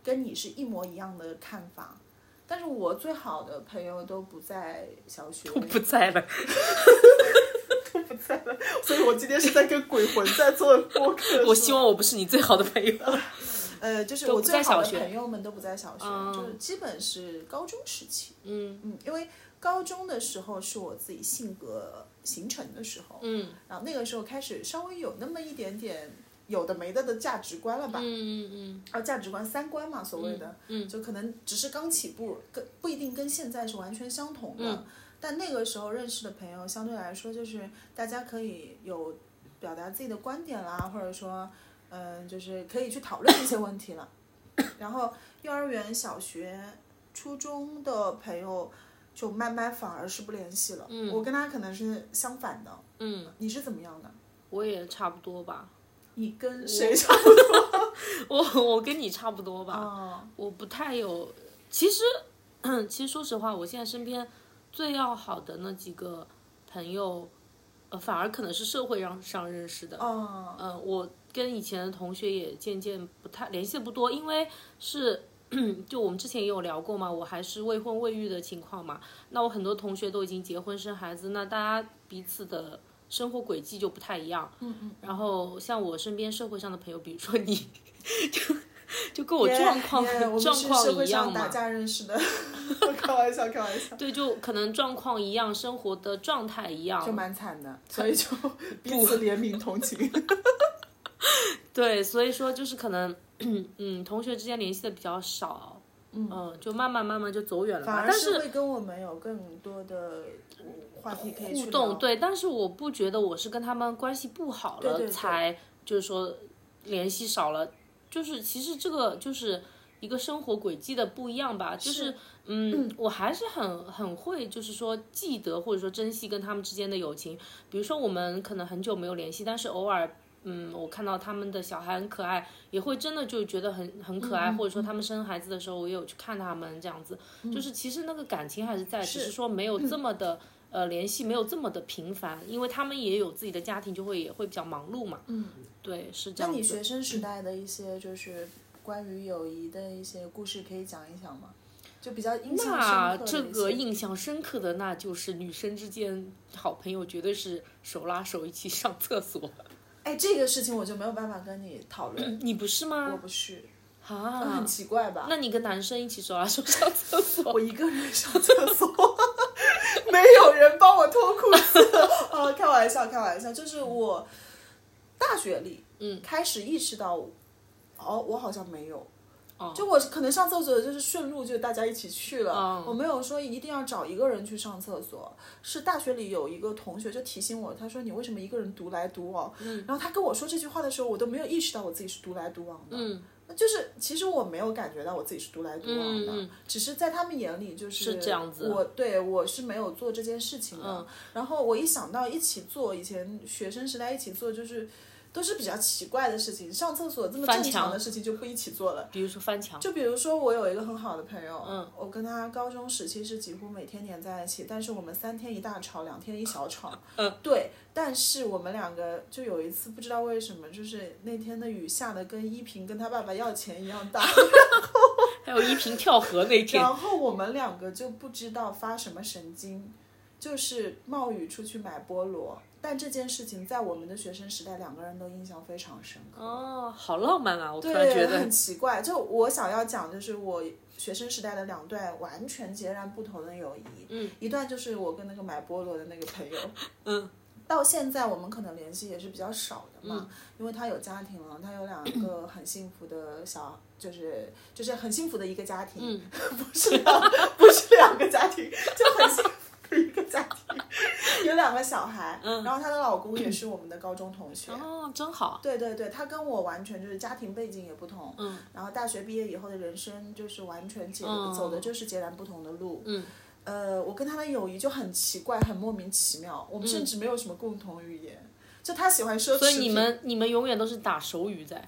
Speaker 2: 跟你是一模一样的看法。但是我最好的朋友都不在小 学，
Speaker 1: 都不 在了，
Speaker 2: 所以我今天是在跟鬼魂在做播客
Speaker 1: 我希望我不是你最好的朋 友。
Speaker 2: 呃，就是
Speaker 1: 都
Speaker 2: 我
Speaker 1: 不
Speaker 2: 最
Speaker 1: 在
Speaker 2: 好
Speaker 1: 小学
Speaker 2: 的朋友们都不在小学，
Speaker 1: 嗯
Speaker 2: 就是基本是高中时期。
Speaker 1: 嗯
Speaker 2: 嗯，因为高中的时候是我自己性格形成的时候，
Speaker 1: 嗯
Speaker 2: 然后那个时候开始稍微有那么一点点有的没的的价值观了吧，
Speaker 1: 嗯嗯
Speaker 2: 啊，价值观三观嘛，所谓的，
Speaker 1: 嗯
Speaker 2: 就可能只是刚起步，跟不一定跟现在是完全相同的。
Speaker 1: 嗯
Speaker 2: 但那个时候认识的朋友，相对来说就是大家可以有表达自己的观点啦，或者说，嗯、就是可以去讨论一些问题了。然后幼儿园、小学、初中的朋友就慢慢反而是不联系了。
Speaker 1: 嗯
Speaker 2: 我跟他可能是相反的。
Speaker 1: 嗯嗯，
Speaker 2: 你是怎么样的？
Speaker 1: 我也差不多吧。
Speaker 2: 你跟谁相
Speaker 1: 我我跟你差不多吧，
Speaker 2: 啊？
Speaker 1: 我不太有。其实， 其实说实话，我现在身边最要好的那几个朋友，呃，反而可能是社会上上认识的。
Speaker 2: 哦、
Speaker 1: 嗯、我跟以前的同学也渐渐不太联系的不多，因为是。 就我们之前也有聊过嘛，我还是未婚未育的情况嘛，那我很多同学都已经结婚生孩子，那大家彼此的生活轨迹就不太一样。嗯嗯。然后像我身边社会上的朋友，比如说你， 就就跟我状况
Speaker 2: Yeah, yeah，我们
Speaker 1: 状
Speaker 2: 是社
Speaker 1: 况
Speaker 2: 会
Speaker 1: 一样
Speaker 2: 上打
Speaker 1: 嘛。
Speaker 2: 架认识的，开玩笑，开玩笑，
Speaker 1: 对，就可能状况一样，生活的状态一样
Speaker 2: 就，蛮惨的，所以就彼此怜悯同情。
Speaker 1: 对，所以说就是可能，嗯，同学之间联系的比较少，嗯、就慢慢慢慢就走远了
Speaker 2: 反
Speaker 1: 吧。
Speaker 2: 而
Speaker 1: 但
Speaker 2: 是会跟我们有更多的话题可以去
Speaker 1: 互动，
Speaker 2: 聊，
Speaker 1: 对，但是我不觉得我是跟他们关系不好了
Speaker 2: 对对对
Speaker 1: 才就是说联系少了，就是其实这个就是一个生活轨迹的不一样吧，就是嗯，我还是很很会就是说记得或者说珍惜跟他们之间的友情，比如说我们可能很久没有联系，但是偶尔。嗯，我看到他们的小孩很可爱，也会真的就觉得很很可
Speaker 2: 嗯
Speaker 1: 爱，或者说他们生孩子的时候，我也有去看他们这样子，就是其实那个感情还是在，只是说没有这么的呃联系没有这么的频繁，因为他们也有自己的家庭，就会也会比较忙碌嘛。嗯，对，是这
Speaker 2: 那
Speaker 1: 样
Speaker 2: 你
Speaker 1: 子嗯
Speaker 2: 学生时代的一些就是关于友谊的一些故事，可以讲一讲吗？就比较呃印象
Speaker 1: 那
Speaker 2: 深刻的
Speaker 1: 这
Speaker 2: 一
Speaker 1: 个
Speaker 2: 些
Speaker 1: 印象深刻的，那就是女生之间好朋友绝对是手拉手一起上厕所，
Speaker 2: 哎，这个事情我就没有办法跟你讨 论，
Speaker 1: 你不是
Speaker 2: 我
Speaker 1: 吗？
Speaker 2: 不是，那
Speaker 1: 啊
Speaker 2: 很，奇怪吧？
Speaker 1: 那你跟男生一起手拉手上厕所，
Speaker 2: 我一个人上厕所， 没有人帮我脱裤子。 啊，开玩笑，开玩笑，就是我大学里，嗯，开始意识到，哦，我好像没有。
Speaker 1: 哦
Speaker 2: 就我可能上厕所就是顺路，就大家一起去了。
Speaker 1: 嗯
Speaker 2: 我没有说一定要找一个人去上厕所，是大学里有一个同学就提醒我，他说你为什么一个人独来独往？
Speaker 1: 嗯
Speaker 2: 然后他跟我说这句话的时候，我都没有意识到我自己是独来独往的。
Speaker 1: 嗯，
Speaker 2: 就是其实我没有感觉到我自己是独来独往
Speaker 1: 嗯
Speaker 2: 的，
Speaker 1: 嗯
Speaker 2: 只是在他们眼里就是
Speaker 1: 是这样子嗯
Speaker 2: 我对我是没有做这件事情的。然后我一想到一起做，以前学生时代一起做就是。都是比较奇怪的事情，上厕所这么
Speaker 1: 翻
Speaker 2: 正常
Speaker 1: 墙
Speaker 2: 的事情就不一起做了。
Speaker 1: 比如说翻墙，
Speaker 2: 就比如说，我有一个很好的朋友，嗯，我跟他高中时期是几乎每天黏在一起，但是我们三天一大吵，两天一小吵， 嗯，对。但是我们两个就有一次不知道为什么，就是那天的雨下的跟依萍跟他爸爸要钱一样大，
Speaker 1: 还有依萍跳河那天，
Speaker 2: 然后我们两个就不知道发什么神经，就是冒雨出去买菠萝。但这件事情在我们的学生时代，两个人都印象非常深刻。
Speaker 1: 哦，好浪漫啊！我突
Speaker 2: 对，
Speaker 1: 然觉得，
Speaker 2: 很奇怪。就我想要讲，就是我学生时代的两段完全截然不同的友谊。嗯，一段就是我跟那个买菠萝的那个朋友， 嗯，到现在我们可能联系也是比较少的嘛，
Speaker 1: 嗯
Speaker 2: 因为他有家庭了，他 有两个很幸福的小。就是就是很幸福的一个家庭，
Speaker 1: 嗯
Speaker 2: 不是两不是两个家庭，就很幸福的一个家庭， 有两个小孩，然后她的老公也是我们的高中同学，
Speaker 1: 嗯哦，真好，
Speaker 2: 对对对，他跟我完全就是家庭背景也不同，嗯，然后大学毕业以后的人生就是完全截、
Speaker 1: 嗯
Speaker 2: 走的就是截然不同的路，嗯，呃，我跟他的友谊就很奇怪，很莫名其妙，我们甚至没有什么共同语言，就他喜欢奢侈
Speaker 1: 嗯所以
Speaker 2: 品，
Speaker 1: 你们你们永远都是打手语在，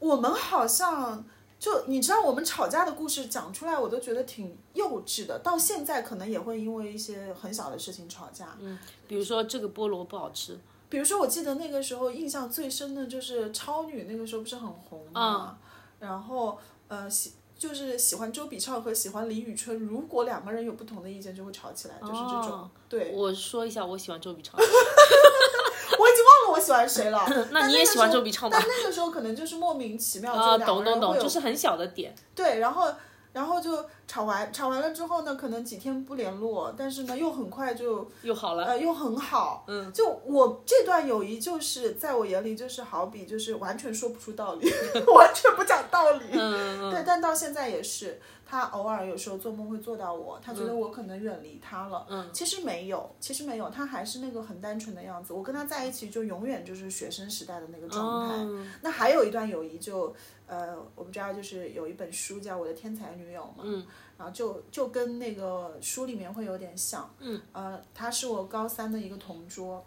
Speaker 2: 我们好像。就你知道，我们吵架的故事讲出来，我都觉得挺幼稚的。到现在可能也会因为一些很小的事情吵架，
Speaker 1: 比如说这个菠萝不好吃，
Speaker 2: 比如说，我记得那个时候印象最深的就是超女那个时候不是很红嘛，
Speaker 1: 嗯
Speaker 2: 然后呃喜就是喜欢周笔畅和喜欢李宇春，如果两个人有不同的意见就会吵起来，就是这种。
Speaker 1: 哦
Speaker 2: 对，
Speaker 1: 我说一下，我喜欢周笔 畅。。
Speaker 2: 我已经忘了我喜欢谁了
Speaker 1: 那你也喜欢周笔畅吗
Speaker 2: 但？那个时候可能就是莫名其妙
Speaker 1: 啊，
Speaker 2: 就两
Speaker 1: 懂
Speaker 2: 个
Speaker 1: 懂
Speaker 2: 人
Speaker 1: 懂，
Speaker 2: 会有
Speaker 1: 就是很小的点，
Speaker 2: 对，然后然后就吵完吵完了之后呢，可能几天不联络，但是呢又很快就
Speaker 1: 又好了。
Speaker 2: 呃，又很好。嗯，就我这段友谊，就是在我眼里，就是好比就是完全说不出道理， 完全不讲道理。
Speaker 1: 嗯，
Speaker 2: 对，但到现在也是，他偶尔有时候做梦会做到我，他觉得我可能远离他了。嗯，其实没有，其实没有，他还是那个很单纯的样子。我跟他在一起就永远就是学生时代的那个状态。
Speaker 1: 哦
Speaker 2: 那还有一段友谊就，呃，我们知道就是有一本书叫《我的天才女友》嘛，嗯，然后就就跟那个书里面会有点像，嗯，呃，她是我高三的一个同桌，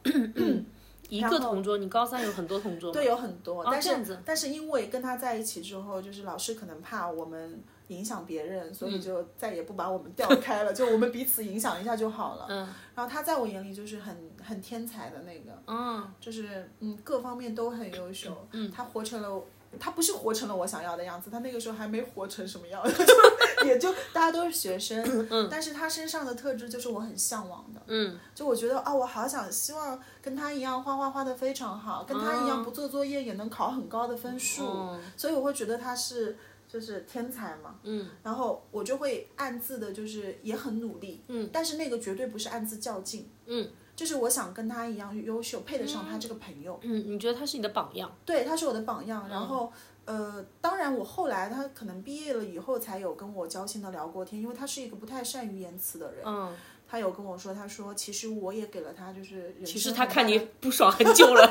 Speaker 1: 一个同桌，你高三有很多同桌吗？
Speaker 2: 对，有很多，
Speaker 1: 哦
Speaker 2: 但
Speaker 1: 这样
Speaker 2: 是但是因为跟他在一起之后，就是老师可能怕我们影响别人，所
Speaker 1: 嗯
Speaker 2: 以就再也不把我们调开了， 就我们彼此影响一下就好了。
Speaker 1: 嗯
Speaker 2: 然后他在我眼里就是很很天才的那个，
Speaker 1: 嗯，
Speaker 2: 就是嗯各方面都很优秀，嗯，他活成了他不是活成了我想要的样子，他那个时候还没活成什么样 子，就也就大家都是学生，但是他身上的特质就是我很向往的，
Speaker 1: 嗯，
Speaker 2: 就我觉得啊，我好想希望跟他一样画画画的非常好，跟他一样不做作业也能考很高的分数，
Speaker 1: 哦
Speaker 2: 所以我会觉得他是就是天才嘛，
Speaker 1: 嗯，
Speaker 2: 然后我就会暗自的就是也很努力，
Speaker 1: 嗯，
Speaker 2: 但是那个绝对不是暗自较劲，
Speaker 1: 嗯，
Speaker 2: 就是我想跟他一样优秀，配得上他这个朋友。
Speaker 1: 嗯，你觉得他是你的榜样？
Speaker 2: 对，他是我的榜
Speaker 1: 嗯
Speaker 2: 样。然后，呃，当然我后来他可能毕业了以后才有跟我交心的聊过天，因为他是一个不太善于言辞的人。
Speaker 1: 嗯，
Speaker 2: 他有跟我说，他说其实我也给了他就是人
Speaker 1: 其实
Speaker 2: 生
Speaker 1: 他
Speaker 2: 很
Speaker 1: 看
Speaker 2: 大
Speaker 1: 你
Speaker 2: 的
Speaker 1: 不爽很久 了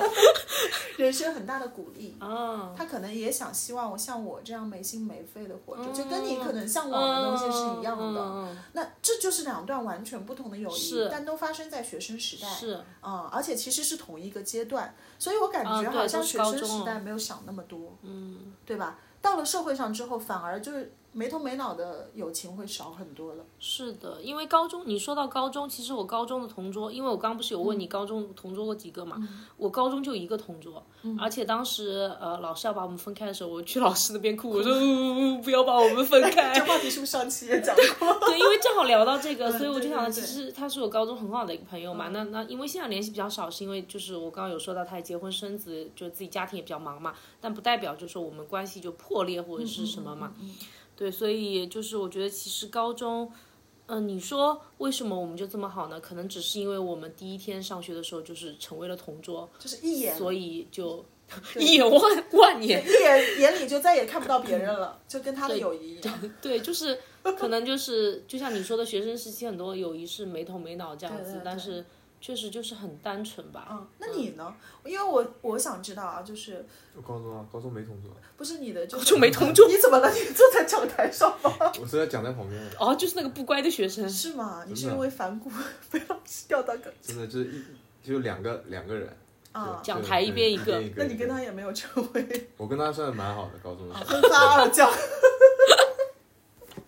Speaker 2: 人生很大的鼓励。
Speaker 1: 啊。
Speaker 2: 他可能也想希望我像我这样没心没肺的活着，就跟你
Speaker 1: 嗯
Speaker 2: 可能向往的东西是一样的。
Speaker 1: 嗯
Speaker 2: 那这就是两段完全不同的友谊
Speaker 1: 是，
Speaker 2: 但都发生在学生时代。
Speaker 1: 是，
Speaker 2: 嗯，而且其实是同一个阶段，所以我感
Speaker 1: 啊
Speaker 2: 觉
Speaker 1: 对
Speaker 2: 好像
Speaker 1: 都是
Speaker 2: 学
Speaker 1: 高
Speaker 2: 生
Speaker 1: 中
Speaker 2: 时
Speaker 1: 哦
Speaker 2: 代没有想那么多，
Speaker 1: 嗯，
Speaker 2: 对吧？到了社会上之后，反而就是没头没脑的友情会少很多了。
Speaker 1: 是的，因为高中你说到高中，其实我高中的同桌，因为我刚不是有问
Speaker 2: 嗯
Speaker 1: 你高中同桌过几个嘛，我高中就一个同桌，
Speaker 2: 嗯
Speaker 1: 而且当时呃老师要把我们分开的时候，我去老师那边哭，我说呜呜呜不要把我们分 开，
Speaker 2: 这话题是不是上期也讲过？
Speaker 1: 对，因为正好聊到这个，
Speaker 2: 嗯
Speaker 1: 所以我就想，
Speaker 2: 对对嗯
Speaker 1: 其
Speaker 2: 对
Speaker 1: 实他是我高中很好的一个朋友嘛。那那因为现在联系比较少，是因为就是我刚刚有说到他也结婚生子，就自己家庭也比较忙嘛，但不代表就说我们关系就破裂或者是什么嘛。
Speaker 2: 嗯
Speaker 1: 对，所以就是我觉得其实高中。嗯、你说为什么我们就这么好呢？可能只是因为我们第一天上学的时候就是成为了同桌，
Speaker 2: 就是一眼
Speaker 1: 所以就 一眼万万年。
Speaker 2: 一眼眼里就再也看不到别人了，就跟他的友谊一样。
Speaker 1: 对，就是可能就是就像你说的，学生时期很多友谊是没头没脑这样
Speaker 2: 对
Speaker 1: 子
Speaker 2: 对，
Speaker 1: 但
Speaker 2: 对
Speaker 1: 是确实就是很单纯吧。
Speaker 2: 嗯，那你呢？因为我我想知道啊，就是
Speaker 3: 高中啊，高中没同桌，
Speaker 2: 不是你的就
Speaker 1: 就没同桌
Speaker 2: 桌，你怎么了？你坐在讲台上吗？
Speaker 3: 我是在讲台旁边的，
Speaker 1: 哦，就是那个不乖的学生，
Speaker 2: 是吗？你是
Speaker 3: 真的
Speaker 2: 因为反骨 被老师吊到个
Speaker 3: 真的就是一就两个两个人，
Speaker 2: 啊？
Speaker 1: 讲台一边一个
Speaker 3: 对
Speaker 2: 那你跟他也没有成为
Speaker 3: 我跟他算是蛮好的，高中的时候。
Speaker 2: 啊分发二教。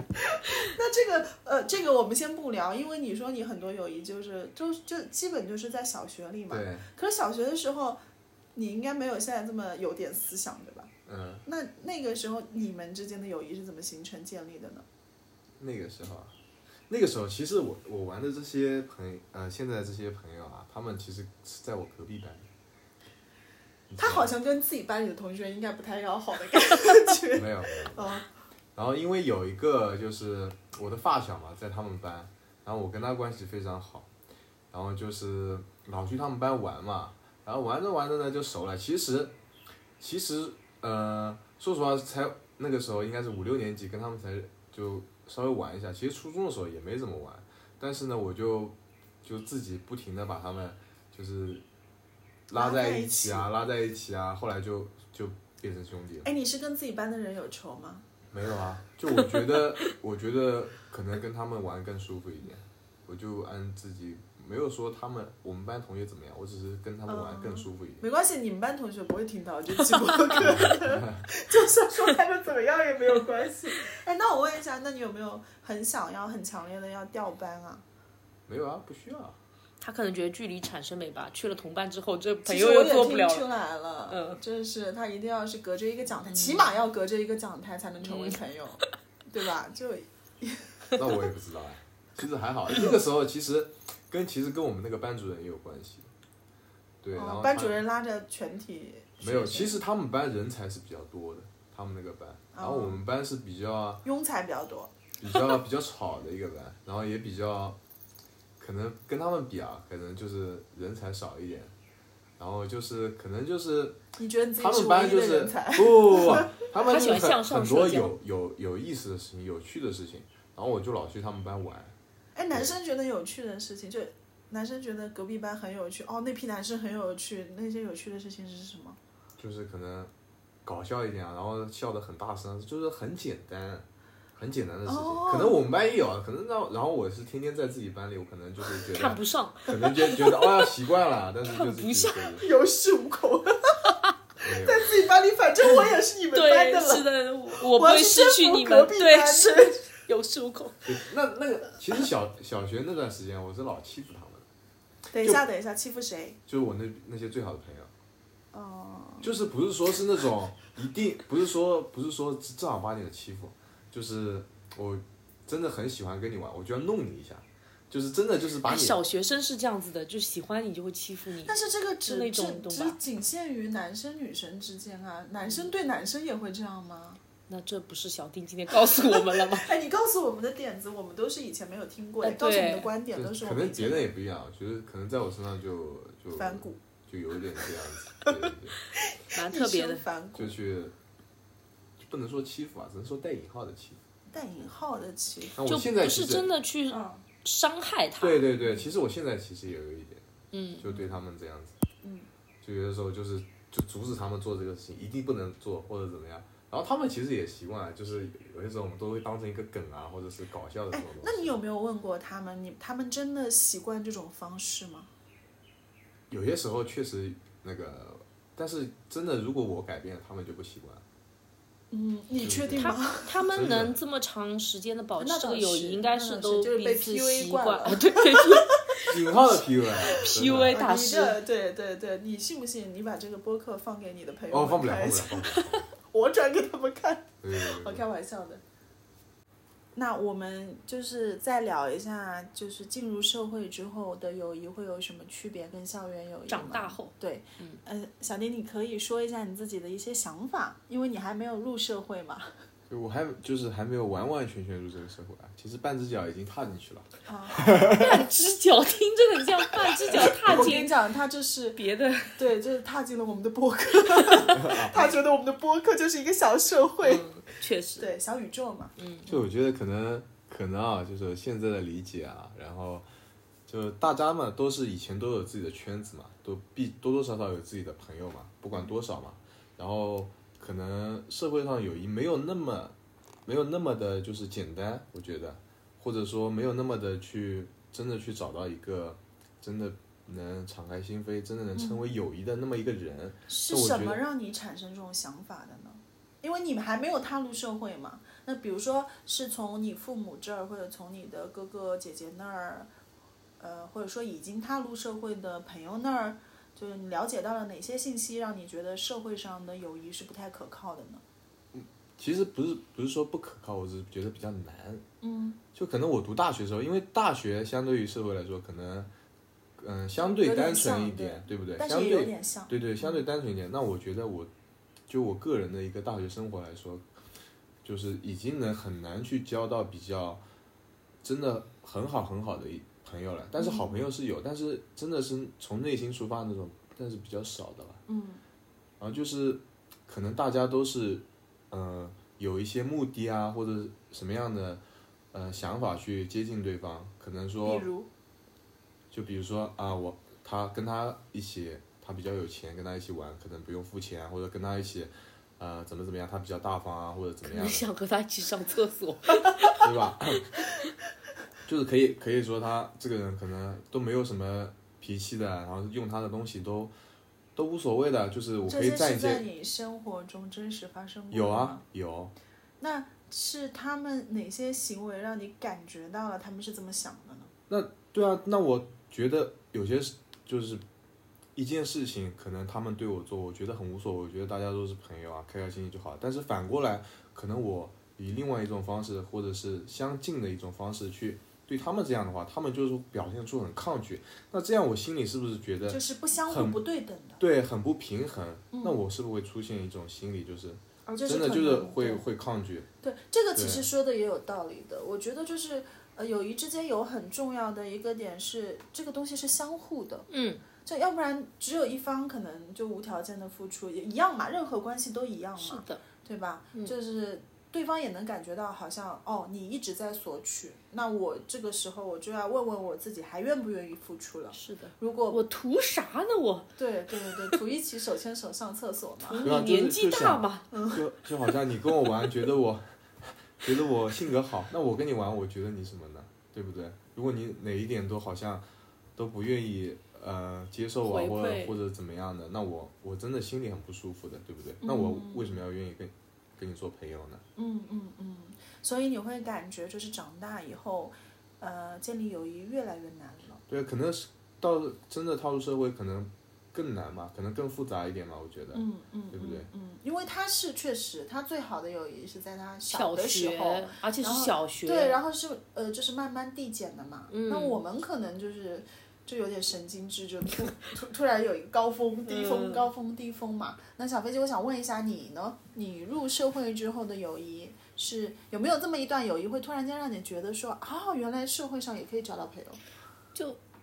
Speaker 2: 那这个呃，这个我们先不聊，因为你说你很多友谊就是就就基本就是在小学里嘛。
Speaker 3: 对，
Speaker 2: 可是小学的时候，你应该没有现在这么有点思想对吧？
Speaker 3: 嗯，
Speaker 2: 那那个时候你们之间的友谊是怎么形成建立的呢？
Speaker 3: 那个时候啊，那个时候其实我我玩的这些朋呃，现在这些朋友啊，他们其实是在我隔壁班。你知道
Speaker 2: 他
Speaker 3: 吗
Speaker 2: 好像跟自己班里的同学应该不太要好的感觉。
Speaker 3: 没有没有。
Speaker 2: 嗯
Speaker 3: 然后因为有一个就是我的发小嘛，在他们班，然后我跟他关系非常好，然后就是老去他们班玩嘛，然后玩着玩着呢就熟了。其实，其实呃，说实话，才那个时候应该是五六年级，跟他们才就稍微玩一下。其实初中的时候也没怎么玩，但是呢，我就就自己不停的把他们就是 拉
Speaker 2: 拉
Speaker 3: 在
Speaker 2: 在
Speaker 3: 一
Speaker 2: 一
Speaker 3: 起啊，拉在一起啊，后来就就变成兄弟了。
Speaker 2: 哎，你是跟自己班的人有仇吗？
Speaker 3: 没 有啊，就我觉得， 我觉得可能跟他们玩更舒服一点，我就按自己，没有说他们我们班同学怎么样，我只是跟他们玩更舒服一点。
Speaker 2: 没关系，你们班同学不会听到这期播 客，就算说他们怎么样也没有关系。哎，那我问一下，那你有没有很想要、很强烈的要调班啊？
Speaker 3: 没有啊，不需要啊。
Speaker 1: 他可能觉得距离产生美吧，去了同伴之后，这朋
Speaker 2: 其实
Speaker 1: 友
Speaker 2: 我
Speaker 1: 又
Speaker 2: 也
Speaker 1: 做不了
Speaker 2: 听
Speaker 1: 了。
Speaker 2: 出来了，
Speaker 1: 嗯，
Speaker 2: 真是他一定要是隔着一个讲台，
Speaker 3: 嗯
Speaker 2: 起码要隔着一个讲台才能成为朋友，对吧？就
Speaker 3: 那我也不知道哎、 其实还好，那个时候其实跟其实跟我们那个班主任也有关系，对，然后
Speaker 2: 嗯
Speaker 3: 他
Speaker 2: 班主任拉着全体
Speaker 3: 没
Speaker 2: 学
Speaker 3: 有，
Speaker 2: 生
Speaker 3: 其实他们班人才是比较多的，他们那个班，然
Speaker 2: 哦
Speaker 3: 后我们班是比较
Speaker 2: 庸才比较多，
Speaker 3: 比较比较吵的一个班，然后也比较，可能跟他们比啊，可能就是人才少一点，然后就是可能就是
Speaker 2: 你觉得你自
Speaker 3: 他
Speaker 2: 己是
Speaker 3: 们
Speaker 2: 唯
Speaker 3: 班
Speaker 2: 一
Speaker 3: 就
Speaker 2: 的
Speaker 3: 是
Speaker 2: 人才？
Speaker 3: 不不 不不，他
Speaker 1: 他
Speaker 3: 们就是
Speaker 1: 喜欢
Speaker 3: 很
Speaker 1: 向上
Speaker 3: 很多
Speaker 1: 社交
Speaker 3: 有有有意思的事情，有趣的事情，然后我就老去他们班玩，
Speaker 2: 哎，男生觉得有趣的事情，就男生觉得隔壁班很有趣，哦，那批男生很有趣，那些有趣的事情是什么？
Speaker 3: 就是可能搞笑一点啊，然后笑得很大声，就是很简单。很简单的事情
Speaker 2: 哦
Speaker 3: 可能我们班也有啊，可能那然后我是天天在自己班里，我可能就是觉
Speaker 1: 看
Speaker 3: 得，
Speaker 1: 不上，
Speaker 3: 可能就觉得哦习惯了，但是就
Speaker 1: 看
Speaker 3: 是
Speaker 1: 不
Speaker 3: 自己
Speaker 1: 上
Speaker 3: 觉得
Speaker 2: 有恃无恐，
Speaker 3: 没有
Speaker 2: 在自己班里，反正我也是你们班
Speaker 1: 对，
Speaker 2: 的
Speaker 1: 是
Speaker 2: 了，
Speaker 1: 的，我我不
Speaker 2: 我要
Speaker 1: 会
Speaker 2: 去
Speaker 1: 失
Speaker 2: 征
Speaker 1: 去
Speaker 2: 服
Speaker 1: 你
Speaker 2: 隔
Speaker 1: 们，
Speaker 2: 壁
Speaker 1: 对，
Speaker 2: 班
Speaker 1: 是有恃无恐。
Speaker 3: 对 那那个，其实小小学那段时间，我是老欺负他们的，
Speaker 2: 等一下，等一下，欺负谁？
Speaker 3: 就是我那那些最好的朋友，
Speaker 2: 哦、
Speaker 3: 就是不是说是那种一定不是说不是说正儿八经的欺负，就是我真的很喜欢跟你玩，我就要弄你一下，就是真的就是把
Speaker 1: 哎
Speaker 3: 你
Speaker 1: 小学生是这样子的，就喜欢你就会欺负你。
Speaker 2: 但是这个
Speaker 1: 就
Speaker 2: 只
Speaker 1: 那
Speaker 2: 只
Speaker 1: 种懂
Speaker 2: 只
Speaker 1: 吧
Speaker 2: 仅限于男生女生之间啊，男生对男生也会这样吗？
Speaker 1: 那这不是小丁今天告诉我们了 吗？
Speaker 2: 哎，你告诉我们的点子，我们都是以前没有听过，
Speaker 1: 哎
Speaker 2: 也告诉我们的
Speaker 1: 对
Speaker 2: 观点
Speaker 3: 就
Speaker 2: 都是
Speaker 3: 是
Speaker 2: 我
Speaker 3: 可
Speaker 2: 们
Speaker 3: 能
Speaker 2: 以
Speaker 3: 别
Speaker 2: 前
Speaker 3: 人也不一样，我觉得可能在我身上就就
Speaker 2: 反骨，
Speaker 3: 就有一点这样子，对对对，
Speaker 1: 蛮啊特别
Speaker 2: 一
Speaker 1: 的
Speaker 2: 生，反骨
Speaker 3: 就，去就不能说欺负啊，只能说带引号的欺负。
Speaker 2: 带引号的欺负。
Speaker 3: 那我
Speaker 1: 就
Speaker 3: 现在
Speaker 1: 不
Speaker 3: 其
Speaker 1: 是
Speaker 3: 实
Speaker 1: 真的去
Speaker 2: 嗯，
Speaker 1: 伤害他。
Speaker 3: 对对对，其实我现在其实也有一点，
Speaker 1: 嗯，
Speaker 3: 就对他们这样子，
Speaker 2: 嗯，
Speaker 3: 就有的时候就是就阻止他们做这个事情，一定不能做或者怎么样。然后他们其实也习惯了，就是有些时候我们都会当成一个梗啊，或者是搞笑的这
Speaker 2: 哎
Speaker 3: 种，东
Speaker 2: 那
Speaker 3: 西。
Speaker 2: 你有没有问过他们？你他们真的习惯这种方式吗？
Speaker 3: 有些时候确实那个，但是真的如果我改变，他们就不习惯。
Speaker 2: 嗯，你
Speaker 3: 就是
Speaker 2: 确定
Speaker 1: 他
Speaker 2: 吗？
Speaker 1: 他们
Speaker 3: 真的
Speaker 1: 能这么长时间的保持
Speaker 2: 那
Speaker 1: 这
Speaker 2: 倒
Speaker 1: 个友
Speaker 2: 是
Speaker 1: 谊，应该
Speaker 2: 那倒是
Speaker 1: 都
Speaker 2: 就是被
Speaker 1: 彼此
Speaker 2: PUA
Speaker 1: 习
Speaker 2: 惯
Speaker 1: 惯。
Speaker 2: 了
Speaker 1: 啊 对对对，
Speaker 3: 引号的 PUA，PUA
Speaker 1: 大师
Speaker 2: 你的对对对，你信不信？你把这个播客放给你的朋友
Speaker 3: 哦，
Speaker 2: 们
Speaker 3: 放不了，
Speaker 2: 看
Speaker 3: 放
Speaker 2: 一
Speaker 3: 不
Speaker 2: 下
Speaker 3: 了，放不了。放不了
Speaker 2: 我转给他们看。
Speaker 3: 对对对
Speaker 2: 我
Speaker 3: 对对，
Speaker 2: 开玩笑的。那我们就是再聊一下，就是进入社会之后的友谊会有什么区别，跟校园友谊吗
Speaker 1: 长大后，
Speaker 2: 对，嗯、呃，小丁，你可以说一下你自己的一些想法，因为你还没有入社会嘛。
Speaker 3: 就我还就是还没有完完全全入这个社会啊，其实半只脚已经踏进去了。
Speaker 1: 半只脚听着很像半只脚踏
Speaker 2: 我跟你
Speaker 1: 进
Speaker 2: 讲，他就是
Speaker 1: 别的。嗯
Speaker 2: 对，就是踏进了我们的 播客，他觉得我们的播客就是一个小社 会，
Speaker 1: 嗯，确实。
Speaker 2: 对，小宇宙嘛。
Speaker 3: 嗯就我觉得可能可能啊，就是现在的理解啊，然后就大家嘛都是以前都有自己的圈子嘛，都必多多少少有自己的朋友嘛，不管多少嘛，然后可能社会上友谊没有那么没有那么的就是简单，我觉得，或者说没有那么的去真的去找到一个真的能敞开心扉，真的能成为友谊的那么一个人。
Speaker 2: 是
Speaker 3: 那我
Speaker 2: 什
Speaker 3: 觉
Speaker 2: 么
Speaker 3: 得
Speaker 2: 让你产生这种想法的呢？因为你们还没有踏入社会嘛。那比如说是从你父母这儿，或者从你的哥哥姐姐那儿，呃，或者说已经踏入社会的朋友那儿，就是你了解到了哪些信息，让你觉得社会上的友谊是不太可靠的呢？
Speaker 3: 其实不是不是说不可靠，我只是觉得比较难。
Speaker 2: 嗯，
Speaker 3: 就可能我读大学的时候，因为大学相对于社会来说，可能嗯、相
Speaker 2: 有
Speaker 3: 对
Speaker 2: 点
Speaker 3: 单纯
Speaker 2: 像
Speaker 3: 一点，对不对？
Speaker 2: 但
Speaker 3: 相
Speaker 2: 是也有
Speaker 3: 对
Speaker 2: 点像。
Speaker 3: 对对，相对单纯一点。那我觉得我就我个人的一个大学生活来说，就是已经能很难去交到比较真的很好很好的一朋友了。但是好朋友是有，但是真的是从内心出发那种，但是比较少的了。
Speaker 2: 嗯
Speaker 3: 然后就是可能大家都是，呃，有一些目的啊，或者什么样的呃想法去接近对方，可能说
Speaker 2: 比，如，
Speaker 3: 就比如说啊，我他跟他一起，他比较有钱，跟他一起玩，可能不用付钱，啊或者跟他一起，呃，怎么怎么样，他比较大方啊，或者怎么样
Speaker 1: 你，想和他一起上厕所？
Speaker 3: 对吧？ 就是可以可以说他这个人可能都没有什么脾气的，然后用他的东西都都无所谓的，就是我
Speaker 2: 这
Speaker 3: 可以
Speaker 2: 些
Speaker 3: 站
Speaker 2: 是
Speaker 3: 一些
Speaker 2: 在。你生活中真实发生过的
Speaker 3: 有
Speaker 2: 吗
Speaker 3: 啊，有，
Speaker 2: 那是他们哪些行为让你感觉到了他们是怎么想的呢？
Speaker 3: 对啊，那我觉得有些事就是一件事情，可能他们对我做，我觉得很无所谓，我觉得大家都是朋友啊，开开心心就好。但是反过来，可能我以另外一种方式，或者是相近的一种方式去对他们这样的话，他们就是表现出很抗拒。那这样我心里是不是觉得
Speaker 2: 就是不相互
Speaker 3: 很
Speaker 2: 不对等的，
Speaker 3: 对很不平衡？那我是不是会出现一种心理，就是
Speaker 2: 而
Speaker 1: 哦
Speaker 2: 这
Speaker 3: 真
Speaker 2: 嗯
Speaker 3: 的
Speaker 2: 可
Speaker 3: 就是
Speaker 2: 能
Speaker 3: 会
Speaker 2: 对
Speaker 3: 会抗拒？
Speaker 2: 对这个其
Speaker 3: 对
Speaker 2: 实说的也有道理的。我觉得就是呃，友谊之间有很重要的一个点是，这个东西是相互的。
Speaker 1: 嗯，
Speaker 2: 就要不然只有一方可能就无条件的付出，也一样嘛，任何关系都一样
Speaker 1: 是嗯
Speaker 2: 嘛，
Speaker 1: 的，
Speaker 2: 对吧？就是对方也能感觉到，好像哦，你一直在索取，那我这个时候我就要问问我自己，还愿不愿意付出了？
Speaker 1: 是的。
Speaker 2: 如果
Speaker 1: 我图啥呢？我
Speaker 2: 对对对对，图一起手牵手上厕所嘛。
Speaker 3: 对啊，
Speaker 1: 你
Speaker 3: 就是
Speaker 1: 年纪
Speaker 3: 就想
Speaker 1: 大嘛，
Speaker 3: 就就好像你跟我玩，觉得我觉得我性格好，那我跟你玩，我觉得你什么呢？对不对？如果你哪一点都好像都不愿意呃接受我啊，
Speaker 1: 回
Speaker 3: 或者
Speaker 1: 馈
Speaker 3: 或者怎么样的，那我我真的心里很不舒服的，对不对？那我为什么要愿意跟跟你做朋友呢？
Speaker 2: 嗯嗯嗯，所以你会感觉就是长大以后，呃，建立友谊越来越难了。
Speaker 3: 对，可能是到真的踏入社会，可能更难嘛，可能更复杂一点嘛，我觉得。
Speaker 2: 嗯嗯，
Speaker 3: 对不对
Speaker 2: 嗯？嗯，因为他是确实，他最好的友谊是在他
Speaker 1: 小
Speaker 2: 的时候，
Speaker 1: 学，而且是
Speaker 2: 然后
Speaker 1: 小学，
Speaker 2: 对，然后是呃，就是慢慢递减的嘛。
Speaker 1: 嗯
Speaker 2: 那我们可能就是就有点神经质，就突突突然有一个高峰、低峰、
Speaker 1: 嗯
Speaker 2: 高峰、低峰嘛。那小飞机，我想问一下你呢？你入社会之后的友谊是有没有这么一段友谊会突然间让你觉得说，哦，原来社会上也可以找到朋友？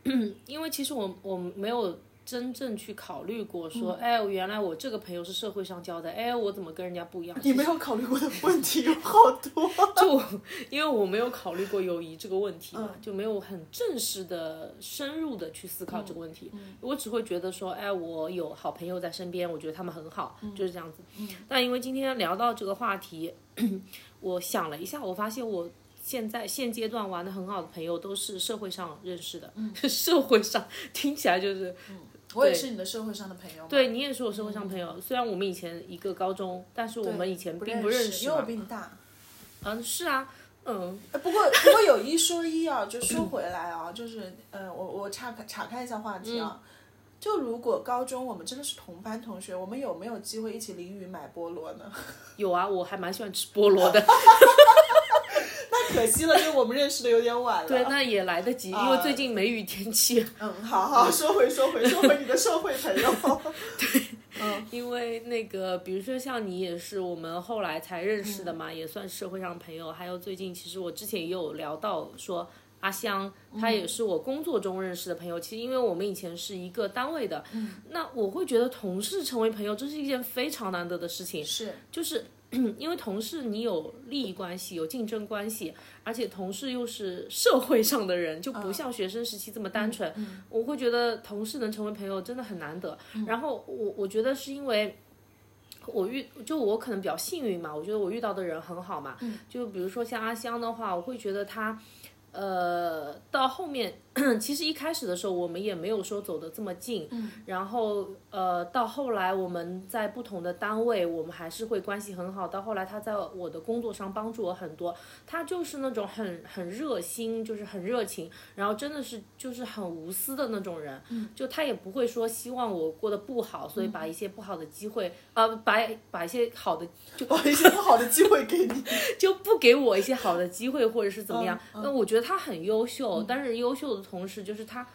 Speaker 1: 嗯因为其实我我没有真正去考虑过
Speaker 2: 嗯
Speaker 1: 说，哎，我原来我这个朋友是社会上交的，哎，我怎么跟人家不一样？
Speaker 2: 你没有考虑过的问题有好 多。
Speaker 1: 因为我没有考虑过友谊这个问题嘛，就没有很正式的、深入的去思考这个问题。我只会觉得说，哎，我有好朋友在身边，我觉得他们很好，就是这样子。但因为今天聊到这个话题， 我想了一下，我发现我。现在现阶段玩的很好的朋友都是社会上认识的， 社会上听起来就是
Speaker 2: 我也是你的社会上的朋友嘛，
Speaker 1: 对，你也是我社会上朋友。虽然我们以前一个高中，但是我们以前并
Speaker 2: 不
Speaker 1: 认
Speaker 2: 因为我
Speaker 1: 嘛。
Speaker 2: 比你大。
Speaker 1: 嗯，是啊，嗯，
Speaker 2: 呃不过不过有一说一啊，就说回来啊，就是呃，我我岔开岔开一下话题
Speaker 1: 嗯
Speaker 2: 啊。就如果高中我们真的是同班同学，我们有没有机会一起淋雨买菠萝呢？
Speaker 1: 有啊，我还蛮喜欢吃菠萝的。
Speaker 2: 那可惜了，就我们认识的有点晚了。
Speaker 1: 对，那也来得及，因为最近梅雨天气，
Speaker 2: 嗯，好好说回说回说回你的社会朋 友。
Speaker 1: 因为那个，比如说像你也是我们后来才认识的嘛，也算社会上朋友。还有最近，其实我之前也有聊到说。阿香，她也是我工作中认识的朋友。其实，因为我们以前是一个单位的，那我会觉得同事成为朋友，这是一件非常难得的事情。
Speaker 2: 是，
Speaker 1: 就是 因为同事你有利益关系，有竞争关系，而且同事又是社会上的人，就不像学生时期这么单纯。我会觉得同事能成为朋友真的很难得。然后我我觉得是因为。我遇就我可能比较幸运嘛，我觉得我遇到的人很好嘛。就比如说像阿香的话，我会觉得她，呃，到后面 其实一开始的时候我们也没有说走的这么近，然后呃，到后来我们在不同的单位，我们还是会关系很好。到后来他在我的工作上帮助我很多，他就是那种很很热心，就是很热情，然后真的是就是很无私的那种人。就他也不会说希望我过得不好，所以把一些不好的机会，呃，把把一些好的
Speaker 2: 就把一些不好的机会给你。
Speaker 1: 就不给我一些好的机会，或者是怎么样。那我觉得他很优秀，但是优秀的同时，就是他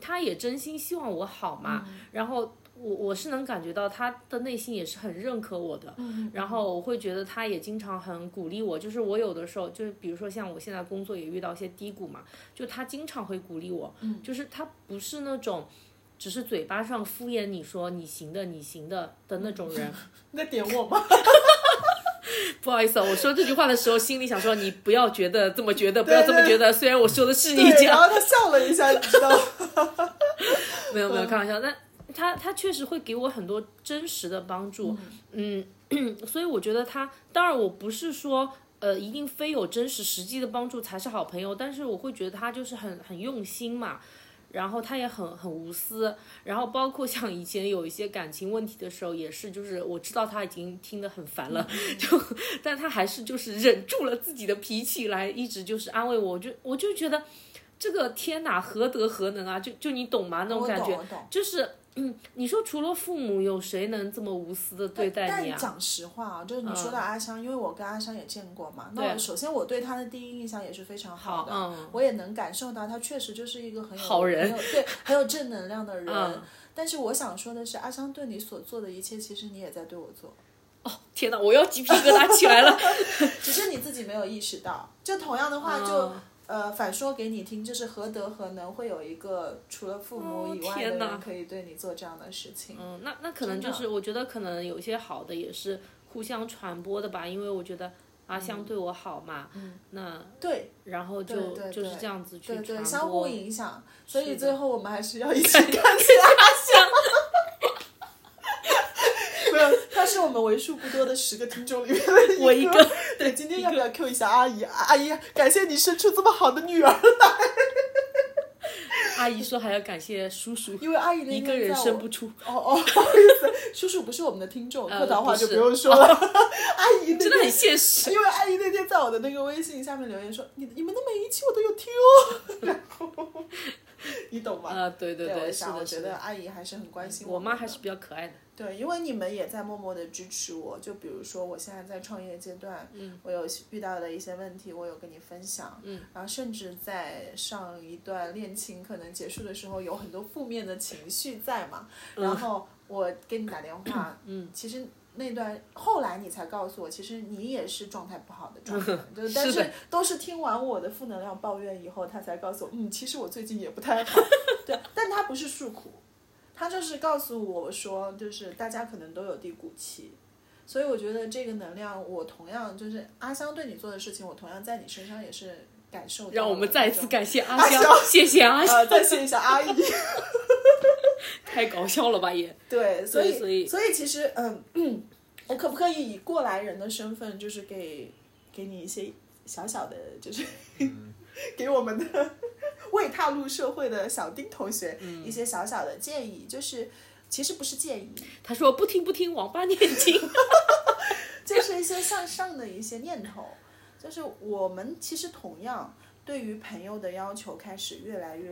Speaker 1: 他也真心希望我好嘛。然后我我是能感觉到他的内心也是很认可我的，然后我会觉得他也经常很鼓励我。就是我有的时候，就是比如说像我现在工作也遇到一些低谷嘛，就他经常会鼓励我，就是他不是那种。只是嘴巴上敷衍你说你行的，你行的的那种人，
Speaker 2: 你在点我吗？
Speaker 1: 不好意思、啊，我说这句话的时候，心里想说你不要觉得这么觉得，不要这么觉得。虽然我说的是你
Speaker 2: 对，然
Speaker 1: 讲，
Speaker 2: 后他笑了一下，你知道吗？
Speaker 1: 没有没有开玩笑，但他他确实会给我很多真实的帮助，嗯，所以我觉得他，当然我不是说呃一定非有真实实际的帮助才是好朋友，但是我会觉得他就是很很用心嘛。然后他也很很无私，然后包括像以前有一些感情问题的时候，也是就是我知道他已经听得很烦了，
Speaker 2: 嗯
Speaker 1: 就但他还是就是忍住了自己的脾气来一直就是安慰我，我就我就觉得这个天哪，何德何能啊！就就你懂吗？那种
Speaker 2: 我
Speaker 1: 感
Speaker 2: 懂，
Speaker 1: 觉
Speaker 2: 我懂。
Speaker 1: 就是。嗯，你说除了父母，有谁能这么无私的对待你
Speaker 2: 但
Speaker 1: 啊？嗯
Speaker 2: 讲实话啊，就是你说到阿香，因为我跟阿香也见过嘛，那
Speaker 1: 对
Speaker 2: 我首先我对她的第一印象也是非常好的，
Speaker 1: 嗯
Speaker 2: 我也能感受到她确实就是一个很有
Speaker 1: 好人
Speaker 2: 很有对，很有正能量的人。
Speaker 1: 嗯
Speaker 2: 但是我想说的是，阿香对你所做的一切，其实你也在对我 做，
Speaker 1: 哦天哪，我要鸡皮疙瘩起 来了。
Speaker 2: 只是你自己没有意识到。就同样的话就，
Speaker 1: 嗯
Speaker 2: 呃反说给你听，就是何德何能会有一个除了父母
Speaker 1: 哦
Speaker 2: 以外
Speaker 1: 天
Speaker 2: 的
Speaker 1: 哪
Speaker 2: 人可以对你做这样的事情。
Speaker 1: 嗯，那那可能就
Speaker 2: 真的
Speaker 1: 是我觉得可能有一些好的也是互相传播的吧，因为我觉得阿香对我好嘛，那
Speaker 2: 嗯对
Speaker 1: 然后就
Speaker 2: 对对
Speaker 1: 就是
Speaker 2: 对
Speaker 1: 这样子去
Speaker 2: 对
Speaker 1: 传播。
Speaker 2: 对，相互影响，所
Speaker 1: 是
Speaker 2: 以
Speaker 1: 的
Speaker 2: 最后我们还是 要一起看起 没有，她是我们为数不多的十个听众里面的
Speaker 1: 我一个，
Speaker 2: 对，今天要不要 Q 一下阿姨？阿姨，感谢你生出这么好的女儿，
Speaker 1: 阿姨说还要感谢叔叔，
Speaker 2: 因为阿姨的
Speaker 1: 一
Speaker 2: 音
Speaker 1: 个
Speaker 2: 乐
Speaker 1: 人
Speaker 2: 在我
Speaker 1: 生不出，
Speaker 2: 哦哦，不好意思，叔叔不是我们的听众，
Speaker 1: 呃
Speaker 2: 客套话
Speaker 1: 不是哦
Speaker 2: 就不用说了。 阿姨那
Speaker 1: 真的很
Speaker 2: 天，
Speaker 1: 现实。
Speaker 2: 因为阿姨那天 在我的那个微信下面留言说，你你们的每一期我都有听哦。你懂吗？
Speaker 1: 啊，对对
Speaker 2: 我
Speaker 1: 是
Speaker 2: 想我
Speaker 1: 的，
Speaker 2: 觉
Speaker 1: 是的。嗯
Speaker 2: 得阿姨还是很关心
Speaker 1: 我妈
Speaker 2: 们
Speaker 1: 还
Speaker 2: 的
Speaker 1: 是比较可爱的，
Speaker 2: 对，因为你们也在默默的支持我。就比如说，我现在在创业阶段，嗯，我有遇到的一些问题，我有跟你分享，嗯，然后甚至在上一段恋情可能结束的时候，有很多负面的情绪在嘛，
Speaker 1: 嗯
Speaker 2: 然后我给你打电话，嗯， 其实。那段后来你才告诉我，其实你也是状态不好的 状态，就但
Speaker 1: 是
Speaker 2: 是都是听完我的负能量抱怨以后，他才告诉我，嗯，其实我最近也不太 好，对，但他不是诉苦，他就是告诉我说，就是大家可能都有低谷期，所以我觉得这个能量，我同样就是阿香对你做的事情，我同样在你身上也是感受到了那种。
Speaker 1: 让我们再次感谢阿
Speaker 2: 阿
Speaker 1: 香，谢啊谢阿香，
Speaker 2: 呃，再谢一下 阿姨。
Speaker 1: 太搞笑了吧也，
Speaker 2: 对，所以
Speaker 1: 所以
Speaker 2: 其实嗯，我可不可以以过来人的身份，就是给给你一些小小的，就是、 给我们的未踏入社会的小丁同学、
Speaker 1: 嗯
Speaker 2: 一些小小的建议，就是其实不是建议，
Speaker 1: 他说不听不听，王八念 经，
Speaker 2: 就是一些向上的一些念头。就是我们其实同样对于朋友的要求开始越来越，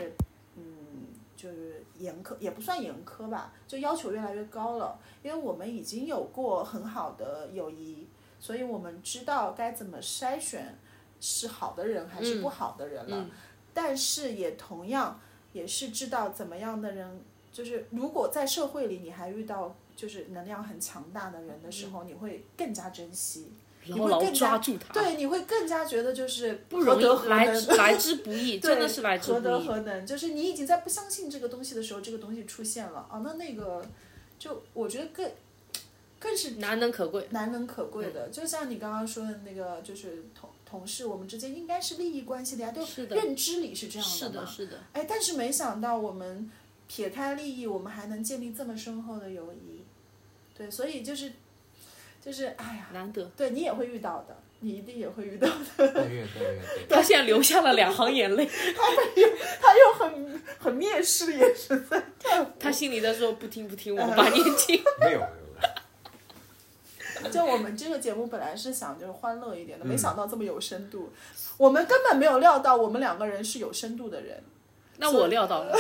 Speaker 2: 嗯，就是严苛，也不算严苛吧，就要求越来越高了。因为我们已经有过很好的友谊，所以我们知道该怎么筛选是好的人还是不好的人了。但是也同样也是知道怎么样的人，就是如果在社会里你还遇到就是能量很强大的人的时候，你会更加珍惜，你
Speaker 1: 牢
Speaker 2: 会
Speaker 1: 牢
Speaker 2: 更加
Speaker 1: 抓住他，
Speaker 2: 对，你会更加觉得就是
Speaker 1: 不容
Speaker 2: 何
Speaker 1: 易
Speaker 2: 德何
Speaker 1: 来
Speaker 2: 能
Speaker 1: 之来之不 易，真的是来之
Speaker 2: 何
Speaker 1: 不
Speaker 2: 德
Speaker 1: 易。
Speaker 2: 何能？就是你已经在不相信这个东西的时候，这个东西出现了啊，那那个就我觉得更更是
Speaker 1: 难能可贵，嗯
Speaker 2: 难能可贵的。就像你刚刚说的那个，就是同同事我们之间应该是利益关系的呀，对，
Speaker 1: 是的
Speaker 2: 认知里是这样
Speaker 1: 是
Speaker 2: 嘛
Speaker 1: 的，是的，
Speaker 2: 哎，但是没想到我们撇开利益，我们还能建立这么深厚的友谊。对，所以就是就是哎呀，
Speaker 1: 难得。
Speaker 2: 对你也会遇到的，你一定也会遇到。
Speaker 3: 但愿但愿。但愿
Speaker 1: 他现在流下了两行眼泪，
Speaker 2: 他又很很蔑视的眼神在看我。
Speaker 1: 他心里在说不听不听，王八念
Speaker 2: 嗯
Speaker 1: 经。
Speaker 3: 没有没有，没有
Speaker 2: 就我们这个节目本来是想就是欢乐一点的，没想到这么有深度。我们根本没有料到我们两个人是有深度的人。
Speaker 1: 那我料到了，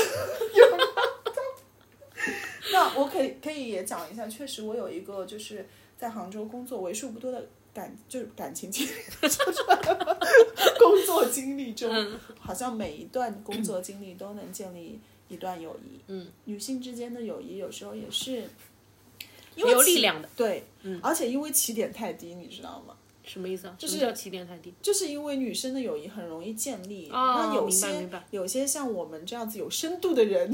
Speaker 2: 那我可以可以也讲一下，确实我有一个就是在杭州工作为数不多的感就是感情经历， 就是工作经历中，
Speaker 1: 嗯
Speaker 2: 好像每一段工作经历都能建立一段友谊。嗯，女性之间的友谊有时候也是因为
Speaker 1: 有
Speaker 2: 起
Speaker 1: 力量的，嗯
Speaker 2: 对，而且因为起点太低，你知道吗？
Speaker 1: 什么意思啊？
Speaker 2: 就
Speaker 1: 什么
Speaker 2: 是
Speaker 1: 叫起点太低。
Speaker 2: 就是因为女生的友谊很容易建立，
Speaker 1: 哦
Speaker 2: 那有
Speaker 1: 明白
Speaker 2: 些
Speaker 1: 明白
Speaker 2: 有些像我们这样子有深度的人，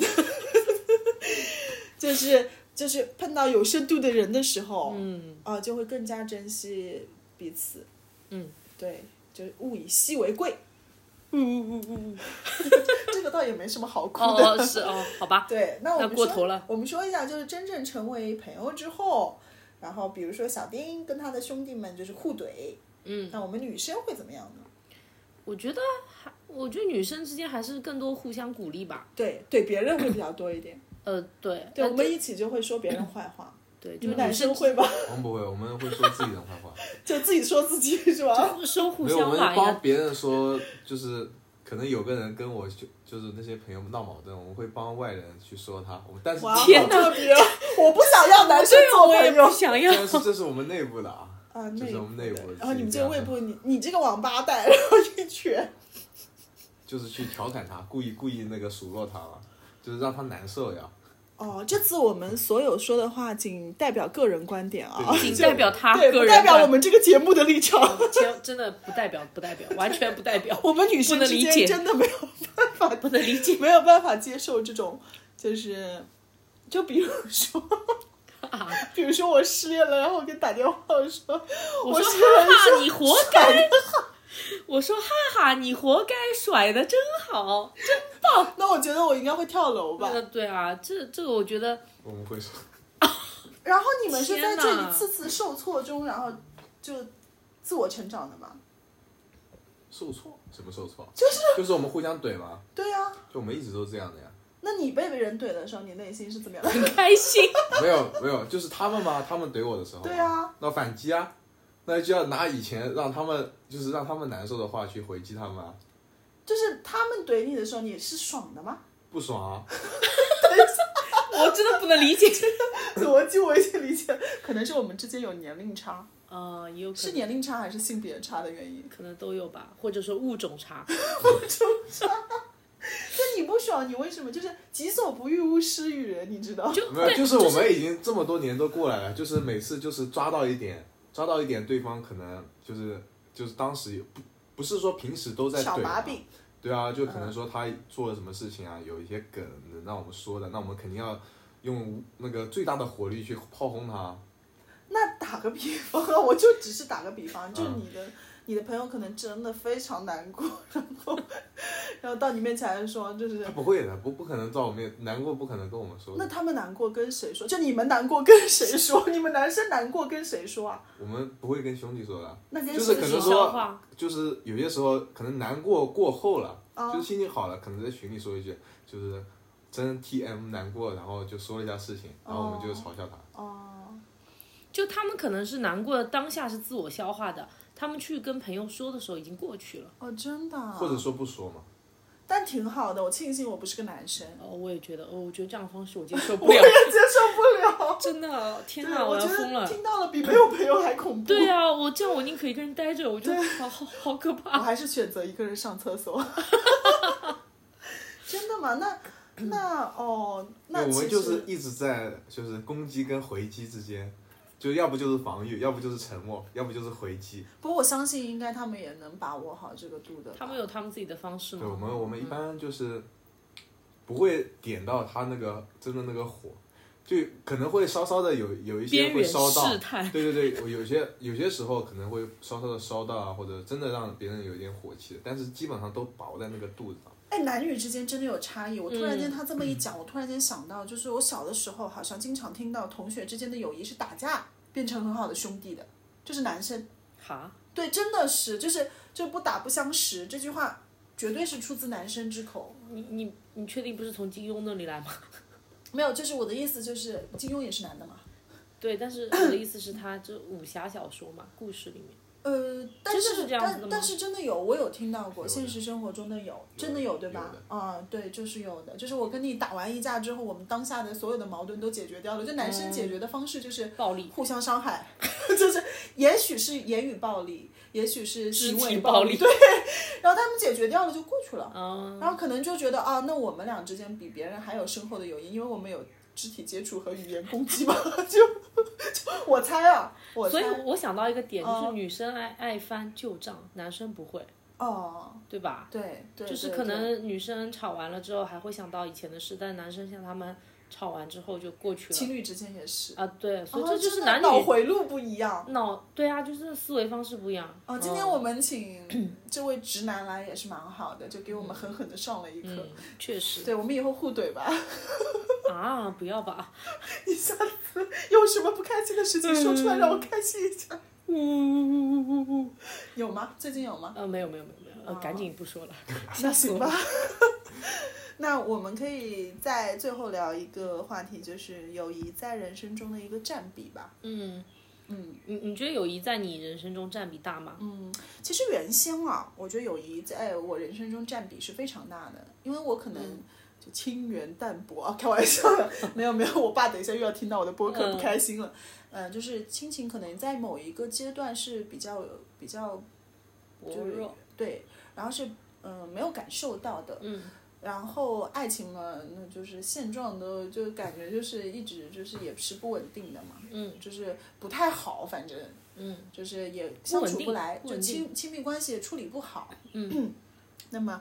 Speaker 2: 就是就是碰到有深度的人的时候，嗯，啊、就会更加珍惜彼此，
Speaker 1: 嗯，
Speaker 2: 对，就是物以稀为贵，
Speaker 1: 嗯
Speaker 2: 这个倒也没什么好哭的，
Speaker 1: 哦， 是哦，好吧，
Speaker 2: 对，那我
Speaker 1: 那
Speaker 2: 们
Speaker 1: 过
Speaker 2: 说
Speaker 1: 头了。
Speaker 2: 我们说一下，就是真正成为朋友之后，然后比如说小丁跟他的兄弟们就是互怼，嗯，那我们女生会怎么样呢？
Speaker 1: 我觉得还，我觉得女生之间还是更多互相鼓励吧。
Speaker 2: 对对，别人会比较多一点。
Speaker 1: 呃，对，
Speaker 2: 对，
Speaker 1: 呃
Speaker 2: 我们一起就会说别人坏话。
Speaker 1: 对，
Speaker 2: 你
Speaker 1: 就
Speaker 2: 们
Speaker 1: 女
Speaker 2: 男
Speaker 1: 生
Speaker 2: 生会吗？
Speaker 3: 我们不会，我们会说自己的坏话，
Speaker 2: 就自己说自己是 吧？
Speaker 1: 生互
Speaker 3: 没有，我
Speaker 1: 相
Speaker 3: 们
Speaker 1: 吧
Speaker 3: 帮
Speaker 1: 呀。
Speaker 3: 别人说，就是可能有个人跟我就就是那些朋友闹矛盾，我们会帮外人去说他，我们但是
Speaker 2: 哇，好
Speaker 1: 天
Speaker 2: 特别哦！我不想要男生
Speaker 1: 对，啊
Speaker 2: 做
Speaker 1: 我也
Speaker 2: 朋
Speaker 1: 不
Speaker 2: 友
Speaker 1: 想要。
Speaker 3: 但是这是我们内部的啊，
Speaker 2: 啊，
Speaker 3: 这是我们内
Speaker 2: 部
Speaker 3: 部
Speaker 2: 的。
Speaker 3: 的
Speaker 2: 然后你们
Speaker 3: 自
Speaker 2: 这个
Speaker 3: 己这
Speaker 2: 胃
Speaker 3: 样
Speaker 2: 部，你你这个王八蛋，然后一拳。
Speaker 3: 就是去调侃他，故意故意那个数落他嘛，就是让他难受呀。
Speaker 2: 哦，这次我们所有说的话仅代表个人观点啊，
Speaker 3: 对
Speaker 1: 仅
Speaker 3: 就
Speaker 1: 代表他
Speaker 2: 对，
Speaker 1: 个
Speaker 2: 不
Speaker 1: 人
Speaker 2: 代表
Speaker 1: 观
Speaker 2: 我们这个节目的立 场。
Speaker 1: 千真的不代表，不代表，完全不代表，
Speaker 2: 我们女生
Speaker 1: 不能
Speaker 2: 之
Speaker 1: 理
Speaker 2: 间
Speaker 1: 解
Speaker 2: 真的没有办法
Speaker 1: 不能理解
Speaker 2: 没有办法接受这种，就是，就比如 说，
Speaker 1: 啊
Speaker 2: 比如说我失恋了，然后我给你打电话说，
Speaker 1: 我说
Speaker 2: 失
Speaker 1: 哈
Speaker 2: 恋了
Speaker 1: 哈，你活该。我说哈哈，你活该，甩的真好。
Speaker 2: 那我觉得我应该会跳楼吧。
Speaker 1: 呃，对啊，这这个我觉得
Speaker 3: 我们会说，
Speaker 2: 然后你们是在
Speaker 1: 天哪
Speaker 2: 这一次次受挫中，然后就自我成长的嘛？
Speaker 3: 受挫？什么受挫？
Speaker 2: 就是
Speaker 3: 就是我们互相怼嘛，
Speaker 2: 对呀、
Speaker 3: 就我们一直都这样的呀。
Speaker 2: 那你被别人怼的时候，你内心是怎么样的？
Speaker 1: 很开心。
Speaker 3: 没有没有，就是他们嘛，他们怼我的时候，
Speaker 2: 对啊，
Speaker 3: 那反击啊，那就要拿以前让他们就是让他们难受的话去回击他们啊。
Speaker 2: 就是他们怼你的时候，你是爽的吗？
Speaker 3: 不爽啊。
Speaker 1: 我真的不能理 解。
Speaker 2: 逻辑我已经理解了，可能是我们之间有年龄差，
Speaker 1: 啊，也有可
Speaker 2: 是
Speaker 1: 能
Speaker 2: 年龄差还是性别差的原因？
Speaker 1: 可能都有吧，或者说物种差。
Speaker 2: 那你不爽，你为什么？就是己所不欲，勿施于人，你知道？
Speaker 1: 哦就
Speaker 3: 没有，
Speaker 1: 对，
Speaker 3: 就是我们已经这么多年都过来了，就是每次就是抓到一点，抓到一点，对方可能就是就是当时有不不是说平时都在
Speaker 2: 小
Speaker 3: 怼
Speaker 2: 把
Speaker 3: 啊，
Speaker 2: 柄，
Speaker 3: 对啊，就可能说他做了什么事情啊，有一些梗能让我们说的，那我们肯定要用那个最大的火力去炮轰他。
Speaker 2: 那打个比方，啊我就只是打个比方，
Speaker 3: 嗯
Speaker 2: 就是你的、你的朋友可能真的非常难过， 然后然后到你面前来说，就是
Speaker 3: 他不会的，不不可能在我面难过，不可能跟我们说的。
Speaker 2: 那他们难过跟谁说？就你们难过跟谁说？ 你们男生难过跟谁说啊？
Speaker 3: 我们不会跟兄弟说的，
Speaker 2: 那跟
Speaker 3: 啊就是
Speaker 2: 谁
Speaker 3: 可能
Speaker 1: 自己
Speaker 2: 说？
Speaker 3: 说
Speaker 1: 消化。
Speaker 3: 就是有些时候可能难过过后了，就是心情好了，可能在群里说一句，就是真 TM 难过，然后就说了一下事情，然后我们就嘲笑他。
Speaker 2: 哦，
Speaker 1: 就他们可能是难过的当下是自我消化的，他们去跟朋友说的时候已经过去了。
Speaker 2: 哦，真的啊、
Speaker 3: 或者说不说嘛，
Speaker 2: 但挺好的，我庆幸我不是个男生，
Speaker 1: 哦，我也觉得，哦，我觉得这样的方式我接受不
Speaker 2: 我也
Speaker 1: 了，
Speaker 2: 接受不 了。
Speaker 1: 真的，天
Speaker 2: 对
Speaker 1: 哪，
Speaker 2: 我
Speaker 1: 要
Speaker 2: 觉
Speaker 1: 疯
Speaker 2: 得
Speaker 1: 了。
Speaker 2: 听到了比没有朋友还恐怖。
Speaker 1: 对呀、我这样我宁可一个人待着，我觉得 好好好可怕。
Speaker 2: 我还是选择一个人上厕所。 真的吗？那那哦，那
Speaker 3: 我
Speaker 2: 其实
Speaker 3: 们就是一直在就是攻击跟回击之间，就要不就是防御，要不就是沉默，要不就是回击。
Speaker 2: 不过我相信应该他们也能把握好这个度的吧。
Speaker 1: 他们有他们自己的方式
Speaker 3: 对，
Speaker 1: 吗？
Speaker 3: 我们我们一般就是不会点到他那个真的那个火，就可能会稍稍的有有一些
Speaker 1: 边
Speaker 3: 会
Speaker 1: 缘
Speaker 3: 烧到，
Speaker 1: 试探，
Speaker 3: 对 对对，我有些有些时候可能会稍稍的烧到啊，或者真的让别人有一点火气，但是基本上都把握在那个度上。
Speaker 2: 哎，男女之间真的有差异。我突
Speaker 3: 嗯
Speaker 2: 然间他这么一讲，我突然间想到，就是我小的时候好像经常听到同学之间的友谊是打架变成很好的兄弟的，就是男生
Speaker 1: 哈，
Speaker 2: 对，真的是就是就不打不相识这句话绝对是出自男生之口。
Speaker 1: 你你你确定不是从金庸那里来吗？
Speaker 2: 没有，就是我的意思就是金庸也是男的嘛。
Speaker 1: 对，但是我的意思是，他这武侠小说嘛，故事里面。
Speaker 2: 呃，但
Speaker 1: 真的是这样子的
Speaker 2: 但
Speaker 1: 吗
Speaker 2: 但是真的有，我有听到过，
Speaker 3: 有的
Speaker 2: 现实生活中的有，真的有，对吧？啊、对，就是有的，就是我跟你打完一架之后，我们当下的所有的矛盾都解决掉了。就男生解决的方式就是
Speaker 1: 暴力
Speaker 2: 互相伤害， 就是也许是言语暴力，也许是
Speaker 1: 肢
Speaker 2: 行为
Speaker 1: 体
Speaker 2: 暴
Speaker 1: 暴力
Speaker 2: 对。然后他们解决掉了就过去了，
Speaker 1: 嗯，
Speaker 2: 然后可能就觉得啊，那我们俩之间比别人还有深厚的友谊，因为我们有肢体接触和语言攻击嘛， 就就我猜啊，我
Speaker 1: 所以
Speaker 2: 猜
Speaker 1: 我想到一个点，就是女生爱、爱翻旧账，男生不会，
Speaker 2: 哦。
Speaker 1: 对吧？
Speaker 2: 对，对
Speaker 1: 就是
Speaker 2: 对
Speaker 1: 可
Speaker 2: 对
Speaker 1: 能女生吵完了之后还会想到以前的事，但男生像他们吵完之后就过去了。
Speaker 2: 情侣之间也是，
Speaker 1: 啊，对，所以
Speaker 2: 哦
Speaker 1: 这就
Speaker 2: 真
Speaker 1: 是
Speaker 2: 的
Speaker 1: 男
Speaker 2: 脑
Speaker 1: 女
Speaker 2: 回路不一样。
Speaker 1: 脑对啊，就是思维方式不一样。
Speaker 2: 哦，今天我们请这位直男来也是蛮好的，就给我们狠狠的上了一课。
Speaker 1: 嗯，确实
Speaker 2: 对，我们以后互怼吧，
Speaker 1: 啊，不要吧，
Speaker 2: 你下次有什么不开心的事情说出
Speaker 1: 嗯
Speaker 2: 来让我开心一下。
Speaker 1: 呜呜呜呜
Speaker 2: 嗯
Speaker 1: 呜，
Speaker 2: 有吗？最近有吗？
Speaker 1: 呃，没有没有没有没有，呃，
Speaker 2: 哦
Speaker 1: 赶紧不说了。
Speaker 2: 那行吧。 那我们可以在最后聊一个话题，就是友谊在人生中的一个占比吧。
Speaker 1: 嗯嗯，你你觉得友谊在你人生中占比大吗？
Speaker 2: 嗯其实原先啊，我觉得友谊在我人生中占比是非常大的，因为我可能
Speaker 1: 嗯
Speaker 2: 就清源淡薄啊，开玩笑的，没有没有，我爸等一下又要听到我的播
Speaker 1: 嗯
Speaker 2: 客不开心了。嗯、就是亲情可能在某一个阶段是比较比较
Speaker 1: 薄
Speaker 2: 就是
Speaker 1: 弱，
Speaker 2: 对，然后是嗯、呃没有感受到的，
Speaker 1: 嗯，
Speaker 2: 然后爱情嘛，那就是现状都就感觉就是一直就是也是不稳定的嘛，
Speaker 1: 嗯，
Speaker 2: 就是不太好，反正
Speaker 1: 嗯，
Speaker 2: 就是也
Speaker 1: 不
Speaker 2: 相
Speaker 1: 稳
Speaker 2: 处
Speaker 1: 定
Speaker 2: 不来，
Speaker 1: 不
Speaker 2: 就
Speaker 1: 稳
Speaker 2: 亲亲密关系也处理不好，嗯， 那么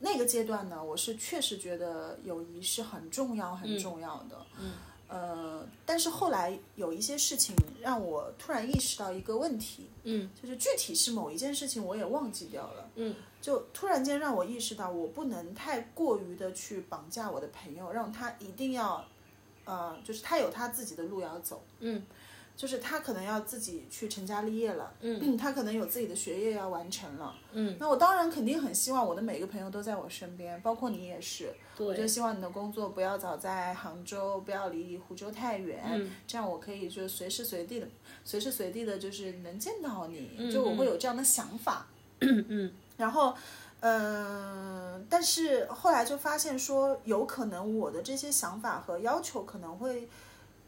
Speaker 2: 那个阶段呢，我是确实觉得友谊是很重要很重要的，嗯。呃，但是后来有一些事情让我突然意识到一个问题，
Speaker 1: 嗯，
Speaker 2: 就是具体是某一件事情我也忘记掉了，
Speaker 1: 嗯，
Speaker 2: 就突然间让我意识到，我不能太过于的去绑架我的朋友，让他一定要，呃，就是他有他自己的路要走，
Speaker 1: 嗯，
Speaker 2: 就是他可能要自己去成家立业了，嗯， 他可能有自己的学业要完成了，
Speaker 1: 嗯，
Speaker 2: 那我当然肯定很希望我的每个朋友都在我身边，包括你也是，我
Speaker 1: 对，
Speaker 2: 就希望你的工作不要早在杭州，不要离湖州太远，这样我可以就随时随地的，随时随地的，就是能见到你，就我会有这样的想法。嗯嗯。然后，嗯，但是后来就发现说，有可能我的这些想法和要求可能会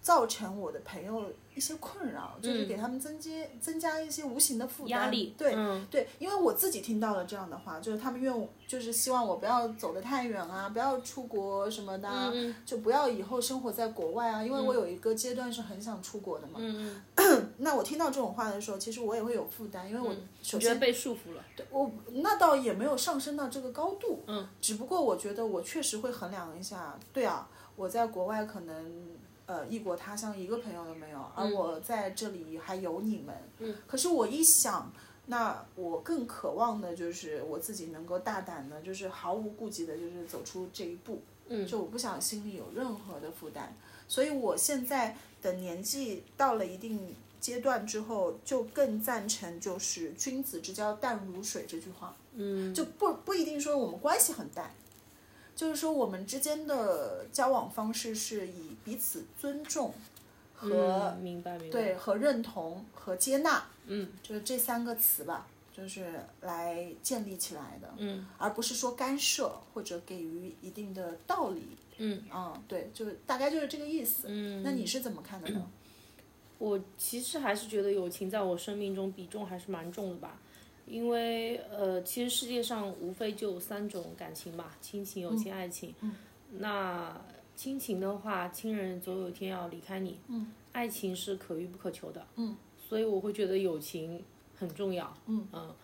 Speaker 2: 造成我的朋友一些困扰，就是给他们增加增加一些无形的负担
Speaker 1: 嗯压力，
Speaker 2: 对。
Speaker 1: 嗯
Speaker 2: 对，因为我自己听到了这样的话，就是他们愿我，就是希望我不要走得太远啊，不要出国什么的啊，
Speaker 1: 嗯
Speaker 2: 就不要以后生活在国外啊，因为我有一个阶段是很想出国的嘛。
Speaker 1: 嗯
Speaker 2: 那我听到这种话的时候，其实我也会有负担，因为我
Speaker 1: 嗯
Speaker 2: 首
Speaker 1: 你觉
Speaker 2: 先
Speaker 1: 得被束缚了，
Speaker 2: 对我那倒也没有上升到这个高度，
Speaker 1: 嗯，
Speaker 2: 只不过我觉得我确实会衡量一下，对啊，我在国外可能呃异国他乡一个朋友都没有，而
Speaker 1: 嗯
Speaker 2: 我在这里还有你们，
Speaker 1: 嗯，
Speaker 2: 可是我一想。那我更渴望的就是我自己能够大胆的，就是毫无顾忌的，就是走出这一步。
Speaker 1: 嗯
Speaker 2: 就我不想心里有任何的负担，所以我现在的年纪到了一定阶段之后，就更赞成就是“君子之交淡如水”这句话，
Speaker 1: 嗯
Speaker 2: 就不不一定说我们关系很淡，就是说我们之间的交往方式是以彼此尊重和、
Speaker 1: 嗯明白明白，
Speaker 2: 对和认同和接纳，
Speaker 1: 嗯，
Speaker 2: 就是这三个词吧，就是来建立起来的，
Speaker 1: 嗯
Speaker 2: 而不是说干涉或者给予一定的道理。
Speaker 1: 嗯
Speaker 2: 嗯，对，就大概就是这个意思。
Speaker 1: 嗯，
Speaker 2: 那你是怎么看的呢？
Speaker 1: 我其实还是觉得友情在我生命中比重还是蛮重的吧，因为呃，其实世界上无非就有三种感情吧，亲情、友情、爱情。
Speaker 2: 嗯
Speaker 1: 那亲情的话，亲人总有一天要离开你。
Speaker 2: 嗯。
Speaker 1: 爱情是可遇不可求的。
Speaker 2: 嗯。
Speaker 1: 所以我会觉得友情很重要。
Speaker 2: 嗯
Speaker 1: 嗯。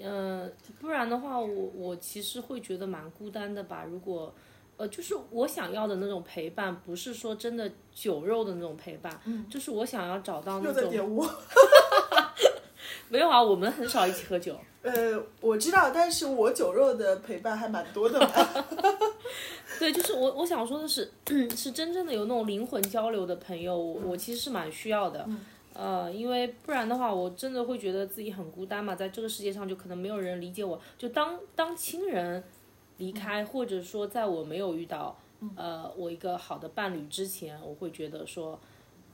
Speaker 1: 呃，不然的话，我我其实会觉得蛮孤单的吧。如果，呃，就是我想要的那种陪伴，不是说真的酒肉的那种陪伴，
Speaker 2: 嗯
Speaker 1: 就是我想要找到那
Speaker 2: 又在
Speaker 1: 种
Speaker 2: 点我，
Speaker 1: 没有啊，我们很少一起喝酒，
Speaker 2: 呃，我知道，但是我酒肉的陪伴还蛮多的嘛。
Speaker 1: 对，就是我我想说的是， 是真正的有那种灵魂交流的朋友，我我其实是蛮需要的。呃，因为不然的话，我真的会觉得自己很孤单嘛，在这个世界上就可能没有人理解我。就当当亲人离开，或者说在我没有遇到呃我一个好的伴侣之前，我会觉得说，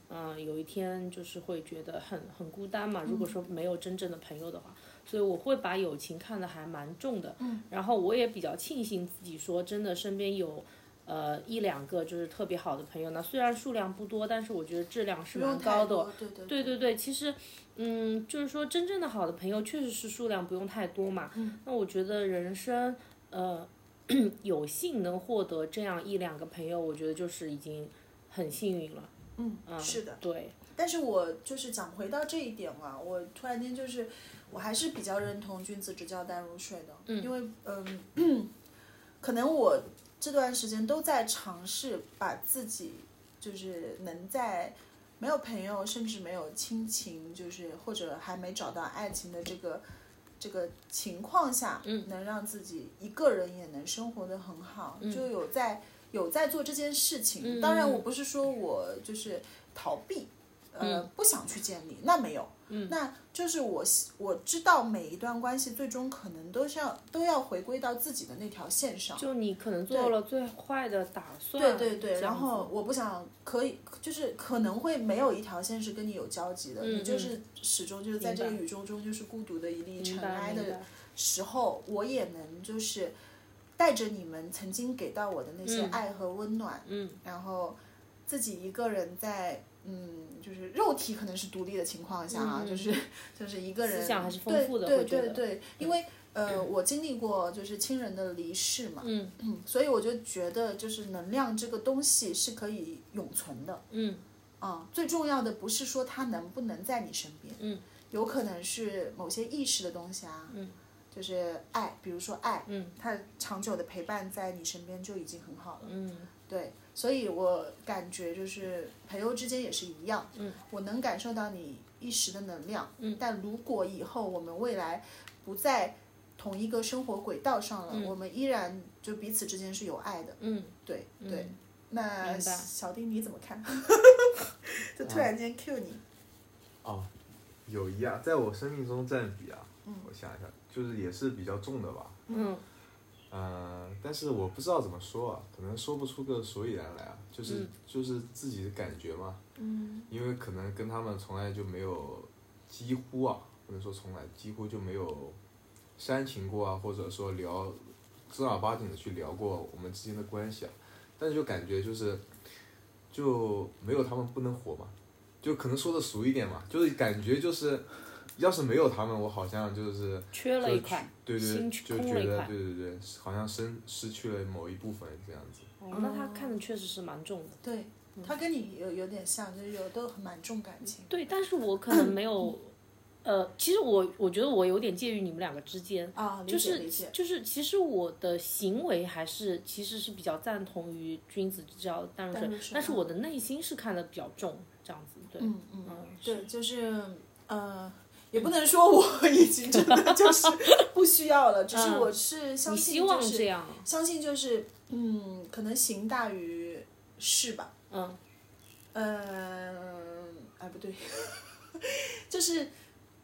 Speaker 1: 嗯、有一天就是会觉得很很孤单嘛。如果说没有真正的朋友的话，所以我会把友情看得还蛮重的。嗯，然后我也比较庆幸自己说真的身边有。呃，一两个就是特别好的朋友，那虽然数量不多，但是我觉得质量 是蛮高的。，
Speaker 2: 对对
Speaker 1: 对对对，其实，嗯，就是说，真正的好的朋友确实是数量不用太多嘛。
Speaker 2: 嗯
Speaker 1: 那我觉得人生，呃， 有幸能获得这样一两个朋友，我觉得就是已经很幸运了。
Speaker 2: 嗯，
Speaker 1: 嗯，
Speaker 2: 是的。
Speaker 1: 对，
Speaker 2: 但是我就是讲回到这一点啊，我突然间就是，我还是比较认同“君子之交淡如水”的，
Speaker 1: 嗯
Speaker 2: 因为嗯， 可能我这段时间都在尝试把自己就是能在没有朋友，甚至没有亲情，就是或者还没找到爱情的这个这个情况下，
Speaker 1: 嗯，
Speaker 2: 能让自己一个人也能生活的很好，
Speaker 1: 嗯
Speaker 2: 就有在有在做这件事情。
Speaker 1: 嗯
Speaker 2: 当然，我不是说我就是逃避。呃，不想去建立，那没有，
Speaker 1: 嗯
Speaker 2: 那就是我希我知道每一段关系最终可能都是要都要回归到自己的那条线上，
Speaker 1: 就你可能
Speaker 2: 对
Speaker 1: 做了最坏的打算。
Speaker 2: 对对对，
Speaker 1: 这样
Speaker 2: 然
Speaker 1: 子
Speaker 2: 后我不想可以就是可能会没有一条线是跟你有交集的，
Speaker 1: 嗯
Speaker 2: 你就是始终就是在
Speaker 1: 明
Speaker 2: 这
Speaker 1: 白
Speaker 2: 个宇宙中就是孤独的一粒
Speaker 1: 明
Speaker 2: 尘
Speaker 1: 白
Speaker 2: 埃
Speaker 1: 明
Speaker 2: 的
Speaker 1: 白，
Speaker 2: 时候，我也能就是带着你们曾经给到我的那些
Speaker 1: 嗯
Speaker 2: 爱和温暖，
Speaker 1: 嗯
Speaker 2: 然后自己一个人在。嗯，就是肉体可能是独立的情况下啊，
Speaker 1: 嗯嗯
Speaker 2: 就是 就是一个人
Speaker 1: 思想还是丰
Speaker 2: 对
Speaker 1: 富的
Speaker 2: 对
Speaker 1: 我觉
Speaker 2: 对
Speaker 1: 得嗯
Speaker 2: 对，因为呃，我经历过就是亲人的离世嘛，
Speaker 1: 嗯
Speaker 2: 嗯，所以我就觉得，就是能量这个东西是可以永存的
Speaker 1: 嗯
Speaker 2: 啊、最重要的不是说它能不能在你身边，
Speaker 1: 嗯，
Speaker 2: 有可能是某些意识的东西啊，
Speaker 1: 嗯，
Speaker 2: 就是爱，比如说爱，
Speaker 1: 嗯
Speaker 2: 它长久的陪伴在你身边就已经很好了。
Speaker 1: 嗯
Speaker 2: 对，所以我感觉就是朋友之间也是一样，
Speaker 1: 嗯，
Speaker 2: 我能感受到你一时的能量，
Speaker 1: 嗯，
Speaker 2: 但如果以后我们未来不在同一个生活轨道上了，
Speaker 1: 嗯
Speaker 2: 我们依然就彼此之间是有爱的，
Speaker 1: 嗯，
Speaker 2: 对
Speaker 1: 嗯
Speaker 2: 对。
Speaker 1: 明
Speaker 2: 那
Speaker 1: 白
Speaker 2: 小丁你怎么看？ 就突然间 Q 你，
Speaker 3: 哦，友谊啊，在我生命中占比啊，
Speaker 2: 嗯
Speaker 3: 我想一下，就是也是比较重的吧。
Speaker 1: 嗯
Speaker 3: 嗯，但是我不知道怎么说啊，可能说不出个所以然来啊，就是、
Speaker 1: 嗯
Speaker 3: 就是自己的感觉嘛，
Speaker 2: 嗯
Speaker 3: 因为可能跟他们从来就没有，几乎啊，不能说从来，几乎就没有煽情过啊，或者说聊正儿八经的去聊过我们之间的关系啊，但是就感觉就是就没有他们不能活嘛，就可能说的俗一点嘛，就是感觉就是要是没有他们，我好像就是。
Speaker 1: 缺了一块，
Speaker 3: 对对，
Speaker 1: 心去
Speaker 3: 就
Speaker 1: 空
Speaker 3: 觉
Speaker 1: 了一
Speaker 3: 得
Speaker 1: 块
Speaker 3: 对对对，好像失失去了某一部分这样子。
Speaker 1: 哦，那他看的确实是蛮重的。
Speaker 2: 对，他跟你有有点像，就是有都很蛮重感情。
Speaker 1: 对，但是我可能没有， 呃，其实我我觉得我有点介于你们两个之间，
Speaker 2: 啊，理
Speaker 1: 就
Speaker 2: 解
Speaker 1: 是
Speaker 2: 理解，
Speaker 1: 就是，其实我的行为还是其实是比较赞同于君子之交淡如水，
Speaker 2: 淡如水
Speaker 1: 但是我的内心是看的比较重，这样子，对，
Speaker 2: 嗯嗯，
Speaker 1: 嗯，
Speaker 2: 对，就是呃，也不能说我已经真的就是不需要了，只是
Speaker 1: 嗯
Speaker 2: 我是
Speaker 1: 你
Speaker 2: 相
Speaker 1: 希
Speaker 2: 信就
Speaker 1: 望
Speaker 2: 是
Speaker 1: 这样，
Speaker 2: 相信就是嗯，可能行大于事吧。
Speaker 1: 嗯，
Speaker 2: 嗯，哎，不对， 就是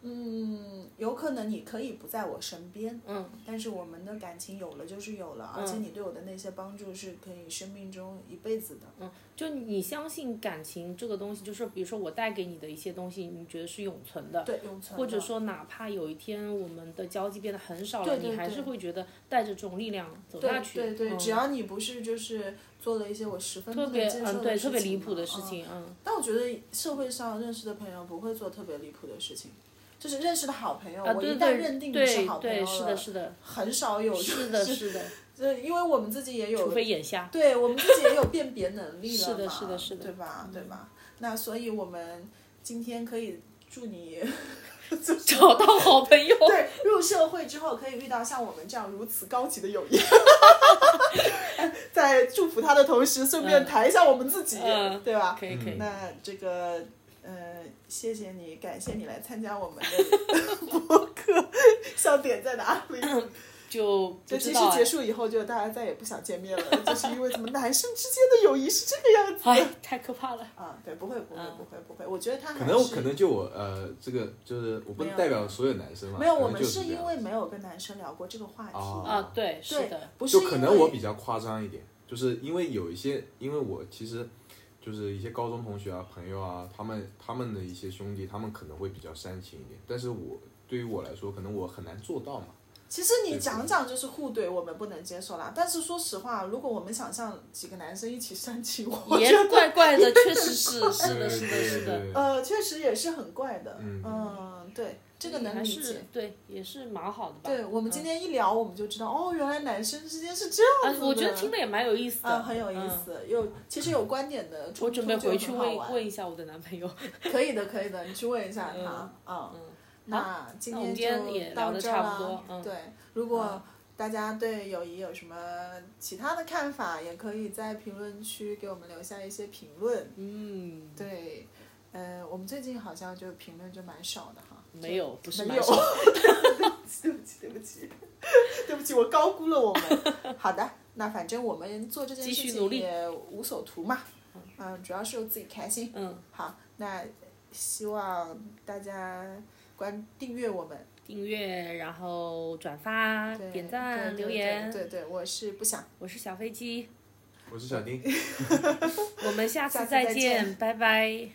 Speaker 2: 嗯，有可能你可以不在我身边，
Speaker 1: 嗯，
Speaker 2: 但是我们的感情有了就是有了，而且你对我的那些帮助是可以生命中一辈子的。
Speaker 1: 就你相信感情这个东西，就是比如说我带给你的一些东西，你觉得是永存的，
Speaker 2: 对，永存
Speaker 1: 呃或者
Speaker 2: 的
Speaker 1: 说哪怕有一天我们的交际变得很少了，
Speaker 2: 对对
Speaker 1: 你还
Speaker 2: 对
Speaker 1: 是会觉得带着这种力量走
Speaker 2: 对
Speaker 1: 下去，
Speaker 2: 对对，
Speaker 1: 嗯
Speaker 2: 只要你不是就是做了一些我十分不
Speaker 1: 特
Speaker 2: 能
Speaker 1: 别
Speaker 2: 接受
Speaker 1: 嗯
Speaker 2: 的
Speaker 1: 对
Speaker 2: 事
Speaker 1: 特
Speaker 2: 情
Speaker 1: 别离谱
Speaker 2: 嘛
Speaker 1: 的事
Speaker 2: 嗯
Speaker 1: 情，嗯
Speaker 2: 但我觉得社会上认识的朋友不会做特别离谱的事情，就是认识的好朋友，
Speaker 1: 啊
Speaker 2: 我
Speaker 1: 对
Speaker 2: 一旦
Speaker 1: 对
Speaker 2: 认定你
Speaker 1: 对
Speaker 2: 好朋友
Speaker 1: 对
Speaker 2: 了，
Speaker 1: 是的是 的
Speaker 2: 很少有
Speaker 1: 是的是 的，
Speaker 2: 就是因为我们自己也
Speaker 1: 除
Speaker 2: 有，
Speaker 1: 非眼瞎，
Speaker 2: 对我们自己也有辨别能力了
Speaker 1: 是的
Speaker 2: 嘛
Speaker 1: 是的是的嗯
Speaker 2: 对吧？对吧？那所以我们今天可以 祝你就是
Speaker 1: 找到好朋友。
Speaker 2: 对，入社会之后可以遇到像我们这样如此高级的友谊。 在祝福他的同时，顺便
Speaker 1: 嗯
Speaker 2: 抬一下我们自己，
Speaker 1: 嗯
Speaker 2: 对吧？
Speaker 1: 可以可以，
Speaker 2: 那这个，呃，谢谢你，感谢你来参加我们的 播客，笑点在哪 里？
Speaker 1: 就
Speaker 2: 就啊
Speaker 1: 不
Speaker 2: 其
Speaker 1: 知
Speaker 2: 实
Speaker 1: 道哎
Speaker 2: 结束以后，就大家再也不想见面了， 就是因为怎么男生之间的友谊是这个样子
Speaker 1: 哎，太可怕了。
Speaker 2: 啊？对，不会，不会，
Speaker 1: 嗯
Speaker 2: 不会，不会，我觉得他还
Speaker 3: 可能
Speaker 2: 是
Speaker 3: 可能就我呃，这个就是我不
Speaker 2: 没
Speaker 3: 能
Speaker 2: 有
Speaker 3: 代表所有男生嘛，
Speaker 2: 没有，
Speaker 3: 可能
Speaker 2: 我们
Speaker 3: 就是这
Speaker 2: 因
Speaker 3: 样
Speaker 2: 为没有跟男生聊过这个话题，
Speaker 3: 哦
Speaker 1: 啊，对，是
Speaker 2: 对
Speaker 1: 的，，
Speaker 2: 不是
Speaker 3: 就
Speaker 2: 因
Speaker 3: 可能我
Speaker 2: 为
Speaker 3: 比较夸张一点，就是因为有一些，因为我其实就是一些高中同学啊、朋友啊，他们他们的一些兄弟，他们可能会比较煽情一点，但是我对于我来说，可能我很难做到嘛。
Speaker 2: 其实你讲讲就是互怼，我们不能接受啦。但是说实话，如果我们想象几个男生一起煽情，我觉
Speaker 1: 也
Speaker 2: 得
Speaker 1: 怪怪 的，确实是，哦是的，
Speaker 3: 对
Speaker 1: 是的，是的，，
Speaker 2: 呃，确实也是很怪的。
Speaker 3: 嗯
Speaker 2: 对，这个能
Speaker 1: 还
Speaker 2: 理
Speaker 1: 是
Speaker 2: 解。
Speaker 1: 对，也是蛮好的吧。啊
Speaker 2: 对我们今天一聊，我们就知道哦，原来男生之间是这
Speaker 1: 啊
Speaker 2: 样子，的。
Speaker 1: 我觉得听的也蛮有意思
Speaker 2: 啊，
Speaker 1: 的，
Speaker 2: 很有意
Speaker 1: 嗯。
Speaker 2: 思，有其实有观点的
Speaker 1: 我
Speaker 2: 冲突
Speaker 1: 准备回去
Speaker 2: 就很好
Speaker 1: 问
Speaker 2: 玩，
Speaker 1: 问一下我的男朋友。
Speaker 2: 可以的，可以的，你去问一下
Speaker 1: 嗯
Speaker 2: 他啊。
Speaker 1: 嗯
Speaker 2: 那今
Speaker 1: 那我们今天也
Speaker 2: 就到
Speaker 1: 聊得
Speaker 2: 这
Speaker 1: 差不
Speaker 2: 啦
Speaker 1: 多嗯
Speaker 2: 对，如果大家对友谊有什么其他的看法，也可以在评论区给我们留下一些评论。
Speaker 1: 嗯，
Speaker 2: 对，呃，我们最近好像就评论就蛮少的哈。
Speaker 1: 没有，不是蛮
Speaker 2: 没有
Speaker 1: 少的。
Speaker 2: 对不起，对不起， 对不起，我高估了我们。好的，那反正我们做这件
Speaker 1: 继
Speaker 2: 事
Speaker 1: 续
Speaker 2: 情
Speaker 1: 努力
Speaker 2: 也无所图嘛，嗯，主要是我自己开心。
Speaker 1: 嗯，
Speaker 2: 好，那希望大家关订阅我们，
Speaker 1: 订阅，然后转发、
Speaker 2: 对
Speaker 1: 点
Speaker 2: 对
Speaker 1: 赞、
Speaker 2: 对
Speaker 1: 留
Speaker 2: 对
Speaker 1: 言。
Speaker 2: 对对，我是不想，
Speaker 1: 我是小飞机，
Speaker 3: 我是小丁。
Speaker 1: 我们下
Speaker 2: 下
Speaker 1: 次
Speaker 2: 次再
Speaker 1: 再见，拜拜。